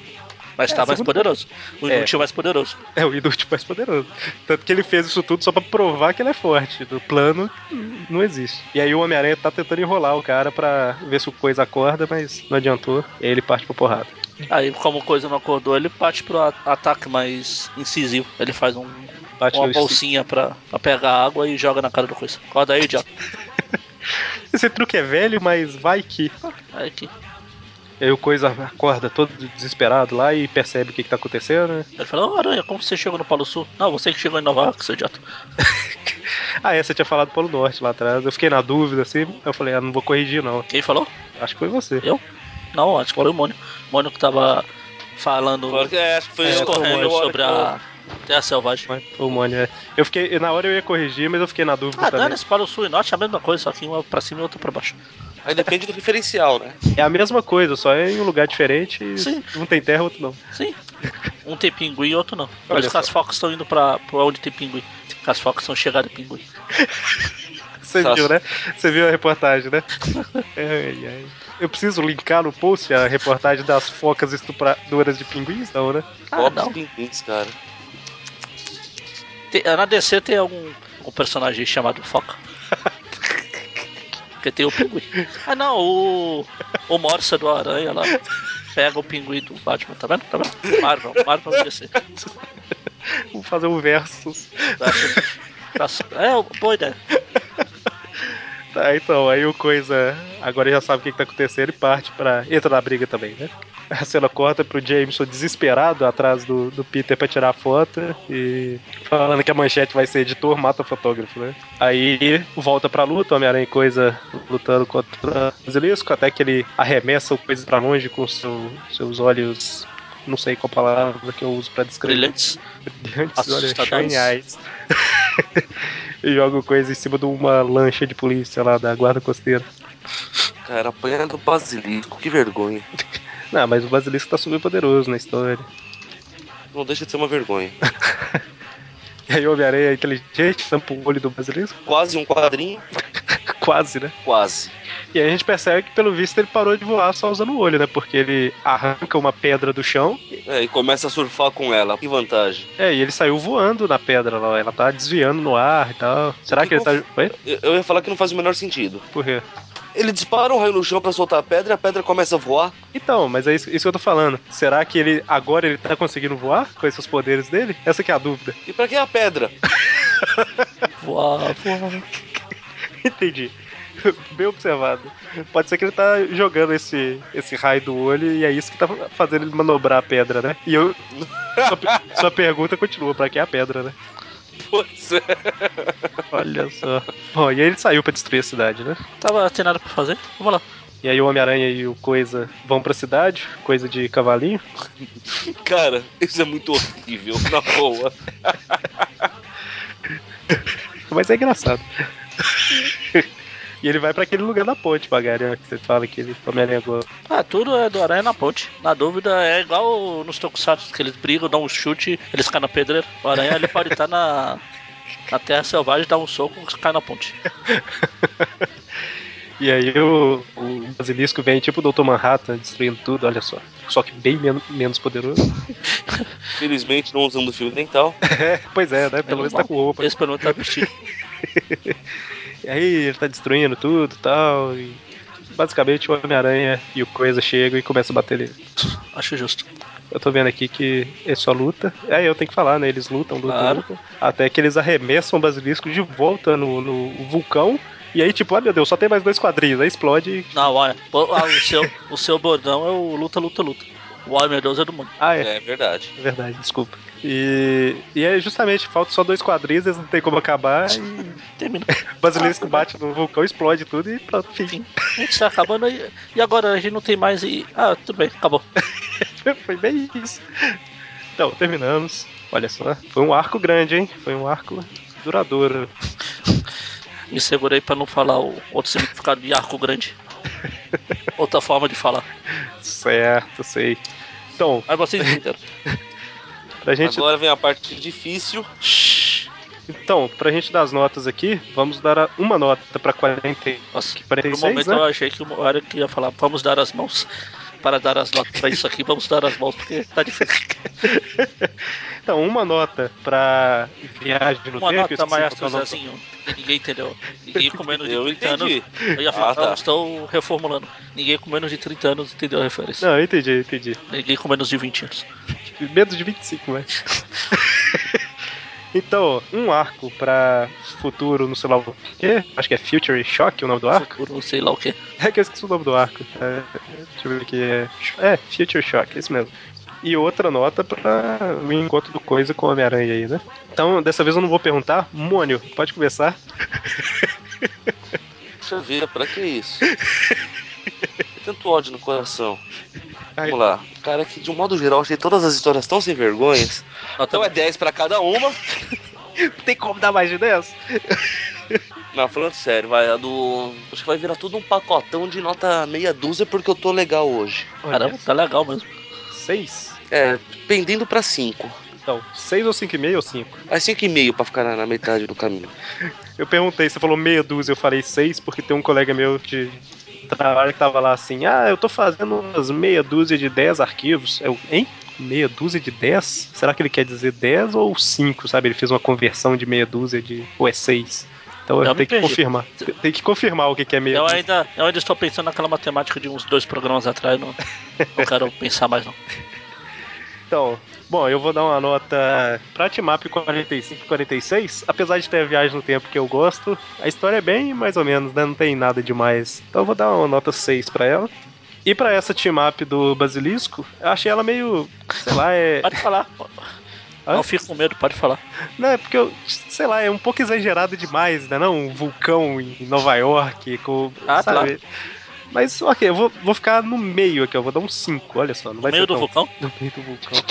Mas É, tá mais segundo- poderoso. O É. inútil mais poderoso. É o Idult mais poderoso. Tanto que ele fez isso tudo só pra provar que ele é forte. Do plano, n- não existe. E aí o Homem-Aranha tá tentando enrolar o cara pra ver se o coisa acorda, mas não adiantou. E aí ele parte pra porrada. Aí, como coisa não acordou, ele parte pro a- ataque mais incisivo. Ele faz um, Bate uma no bolsinha pra, pra pegar água e joga na cara do coisa. Acorda aí, idiota. Esse truque é velho, mas vai que. Aí que E aí o coisa acorda todo desesperado lá e percebe o que, que tá acontecendo, né? Ele fala, ô Aranha, como você chegou no Polo Sul? Não, você que chegou em Nova York, seu idiota. Ah, é, você tinha falado Polo Norte lá atrás. Eu fiquei na dúvida assim. Eu falei, ah, não vou corrigir não. Quem falou? Acho que foi você. Eu? Não, acho que foi o Mônio. O Mônio que tava falando, Agora que- É, acho que foi eu- discorrendo eu- eu- sobre a Terra Selvagem. Mas foi O Mônio, é. Eu fiquei, na hora eu ia corrigir, mas eu fiquei na dúvida Ah, também. dane-se, Polo Sul e Norte é a mesma coisa, só que uma pra cima e outra pra baixo. Aí depende do referencial, né? É a mesma coisa, só é em um lugar diferente. e Sim. Um tem terra, outro não. Sim. Um tem pinguim e outro não. Olha Mas só. as focas estão indo pra, pra onde tem pinguim. As focas são chegadas em pinguim. Você Nossa. viu, né? Você viu a reportagem, né? Ai, ai. Eu preciso linkar no post a reportagem das focas estupradoras de pinguins, não, né? Ah, Pobres não. pinguins, cara. Tem- ah, na DC tem algum, algum personagem chamado Foca. Porque tem o pinguim. Ah não, o. O Morsa do Aranha lá. Pega o pinguim do Batman, tá vendo? Tá vendo? Marvel, Marvel DC. Vou fazer um versus. Acho- É, boa ideia. Tá, então, aí o coisa. Agora já sabe o que, que tá acontecendo e parte pra. Entra na briga também, né? A cena corta pro Jameson desesperado atrás do, do Peter pra tirar a foto e falando que a manchete vai ser editor, mata fotógrafo, né? Aí volta pra luta, o Homem-Aranha e coisa lutando contra o Basilisco, até que ele arremessa o coisa pra longe com seu, seus olhos. Não sei qual palavra que eu uso pra descrever. Brilhantes. Brilhantes, olha, Assustadores. geniais. e joga coisa em cima de uma lancha de polícia lá da guarda costeira. Cara, apanha do basilisco, que vergonha. Não, mas o basilisco tá super poderoso na história. Não deixa de ser uma vergonha. E aí o Homem-Aranha é inteligente, tampa o olho do basilisco, Quase um quadrinho, quase, né? quase. E aí a gente percebe que pelo visto ele parou de voar só usando o olho, né? Porque ele arranca uma pedra do chão, É, e começa a surfar com ela. Que vantagem. é, e ele saiu voando na pedra lá, ela tá desviando no ar e tal. Será que ele tá. Oi? Eu, eu ia falar que não faz o menor sentido. Por quê? Ele dispara um raio no chão pra soltar a pedra e a pedra começa a voar. Então, mas é isso, isso que eu tô falando. Será que ele agora ele tá conseguindo voar com esses poderes dele? Essa que é a dúvida. E pra que a pedra? Voa, voa. Entendi. Bem observado. Pode ser que ele tá jogando esse, esse raio do olho e é isso que tá fazendo ele manobrar a pedra, né? E eu. Sua, pe- sua pergunta continua, pra que a pedra, né? Pois é. Olha só. Bom, e aí ele saiu pra destruir a cidade, né? Tava sem nada pra fazer? Vamos lá. E aí o Homem-Aranha e o Coisa vão pra cidade, coisa de cavalinho. Cara, isso é muito horrível, na boa. Mas é engraçado. e ele vai pra aquele lugar da ponte, Bagarian, que você fala que ele Homem-Aranha é gosta. Ah, tudo é do Aranha na ponte. Na dúvida, é igual nos Tokusatsu, que eles brigam, dão um chute, eles caem na pedreira. O Aranha ele pode estar na, na Terra Selvagem, dá um soco e cai na ponte. E aí o, o basilisco vem tipo o Dr. Manhattan, destruindo tudo, olha só. Só que bem men- menos poderoso. Felizmente não usando fio dental. É, pois é, né? Pelo menos tá com roupa. Esse pelo menos tá vestido. E aí ele tá destruindo tudo e tal, e Basicamente o Homem-Aranha e o Coisa chegam e começam a bater nele. Acho justo. Eu tô vendo aqui que é só luta. Aí eu tenho que falar, né? Eles lutam, lutam, Claro. lutam. Até que eles arremessam o basilisco de volta no, no vulcão. E aí, tipo, ah meu Deus, só tem mais dois quadrinhos. Aí explode. e- Não, olha, pô, ah, o, seu, o seu bordão é o luta, luta, luta. O ai meu Deus é do mundo. Ah, é, É verdade. é verdade, desculpa. E, e é justamente, falta só dois quadrinhos, eles não tem como acabar. E Termina. o basilisco bate no vulcão, explode tudo e pronto, fim. A gente tá acabando aí. E agora a gente não tem mais e. Ah, tudo bem, acabou. Foi bem isso. Então, terminamos. Olha só. Foi um arco grande, hein? Foi um arco duradouro. Me segurei pra não falar o outro significado de arco grande. Outra forma de falar. Certo, sei. Então, Mas vocês entenderam. pra gente Agora vem a parte difícil. Então, pra gente dar as notas aqui, vamos dar a- uma nota pra 40. e- Nossa, Que 46, por um momento né? eu achei que o Eric ia falar, vamos dar as mãos. Para dar as notas pra isso aqui, vamos dar as mãos, porque tá difícil. Então, uma nota pra viagem no tempo. Uma eu nota esqueci maestro qual que é o nome. Zezinho. Ninguém entendeu. Ninguém com menos de Eu 30 entendi. anos. Eu ia falar, Ah, tá. não, estou reformulando. Ninguém com menos de 30 anos entendeu a referência. Não, eu entendi, eu entendi. Ninguém com menos de 20 anos. Menos de 25, né? então, um arco pra futuro, não sei lá o quê. Acho que é Future Shock o nome do arco. Por não sei lá o que. É que eu esqueci o nome do arco. É, deixa eu ver aqui. É, é Future Shock, é isso mesmo. E outra nota pra o encontro do Coisa com o Homem-Aranha aí, né? Então, dessa vez eu não vou perguntar. Mônio, pode começar. Deixa eu ver, pra que isso? Tem Tanto ódio no coração. Vamos lá. Cara, que de um modo geral, achei todas as histórias tão sem vergonhas. Nota Então é 10 pra cada uma. Tem como dar mais de 10? Não, falando sério, vai a do. Acho que vai virar tudo um pacotão de nota meia dúzia porque eu tô legal hoje. Caramba, tá legal mesmo. 6? É, pendendo pra 5. Então, 6 ou 5,5 ou 5? Aí 5,5 pra ficar na, na metade do caminho. Eu perguntei, você falou meia dúzia, eu falei 6, porque tem um colega meu de trabalho que tava lá assim: ah, eu tô fazendo umas meia dúzia de 10 arquivos. Eu, hein? Meia dúzia de 10? Será que ele quer dizer 10 ou 5, sabe? Ele fez uma conversão de meia dúzia de. ou é 6? Então Eu eu me tenho que perdi. Então confirmar. Tem que confirmar o que que é meia Eu dúzia. ainda, eu ainda estou pensando naquela matemática de uns dois programas atrás, não, não quero pensar mais não. Então, bom, eu vou dar uma nota pra Timap 45 46. Apesar de ter a viagem no tempo que eu gosto, a história é bem mais ou menos, né? Não tem nada demais. Então eu vou dar uma nota 6 pra ela. E pra essa team-up do Basilisco, eu achei ela meio. sei lá, é. Pode falar. Hã? Não fico com medo, pode falar. Não, é porque eu. sei lá, é um pouco exagerado demais, né? Não, um vulcão em Nova York, com. Ah, sabe? Mas, ok, eu vou, vou ficar no meio aqui, ó. Vou dar um 5, olha só. Não vai meio ser do tão vulcão? No meio do vulcão.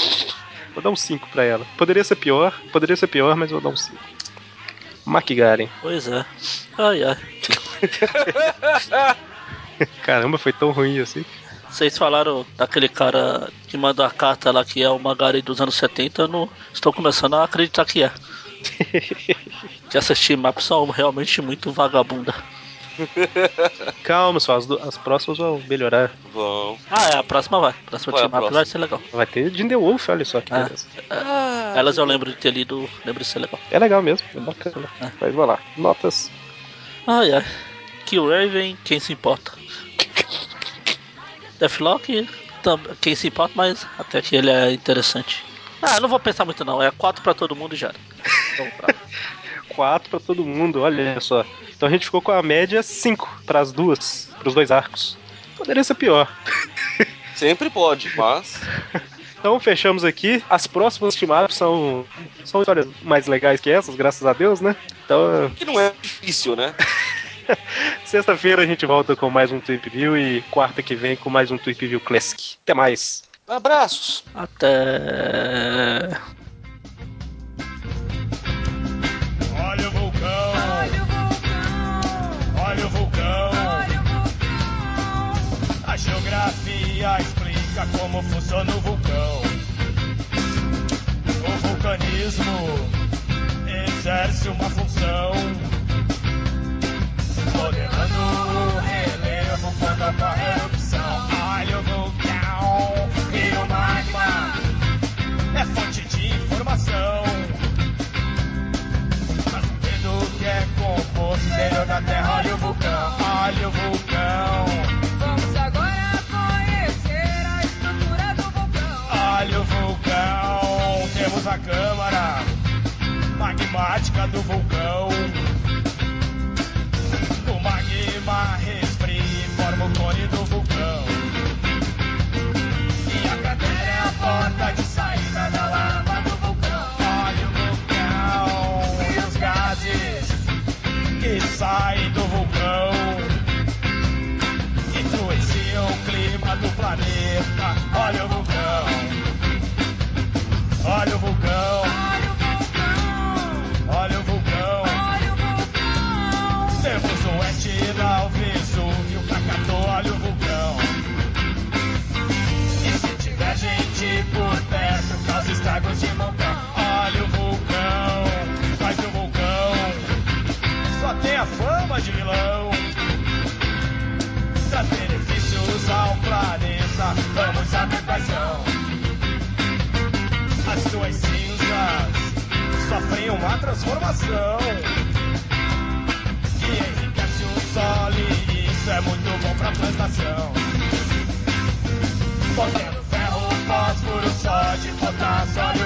Vou dar um 5 pra ela. Poderia ser pior, poderia ser pior, mas vou dar um 5. McGaren. Pois é. Ai, ai. Caramba, foi tão ruim assim. Vocês falaram daquele cara que manda a carta lá que é o Magari dos anos 70, eu não estou começando a acreditar que é. que essas team-ups são realmente muito vagabunda. Calma, só as, do- as próximas vão melhorar. Vão. Ah, é, a próxima vai. A próxima Qual é a team-up próxima? vai ser legal. Vai ter Jinder Wolf, olha só que Ah. beleza. Elas eu lembro de ter lido, lembro de ser legal. É legal mesmo, é bacana. Ah. Mas vamos lá, notas. Ai, ai. Ah, Kill Raven, quem se importa? Deathlock, tam- quem se importa, mas até que ele é interessante. Ah, não vou pensar muito não, é 4 pra todo mundo e já. era. Então, tá. 4 pra todo mundo, olha só. Então a gente ficou com a média 5 pras duas, pros dois arcos. Poderia ser pior. Sempre pode, mas. Então fechamos aqui. As próximas team-ups são, são histórias mais legais que essas, graças a Deus, né? Então Que não é difícil, né? Sexta-feira a gente volta com mais um Tweep View e quarta que vem com mais um Tweep View Classic. Até mais! Abraços! Até. Olha o vulcão. Olha o vulcão. A geografia explica como funciona o vulcão. O vulcanismo exerce uma função. Moderando o relevo quando ocorre erupção. Olha o vulcão e o magma é fonte de informação. Mas tudo que é composto interior da terra, olha o vulcão, olha o vulcão, Vamos agora conhecer a estrutura do vulcão. olha o vulcão. Temos a câmara magmática do vulcão. O magma resfria e forma o cone do vulcão. E a cratera é a porta de saída da lava do vulcão. Olha o vulcão e os gases que saem do vulcão influenciam o clima do planeta. Olha o vulcão. um As suas cinzas sofrem uma transformação que enriquece o solo e isso é muito bom pra plantação. Botando ferro, fósforo, sódio, potássio, óleo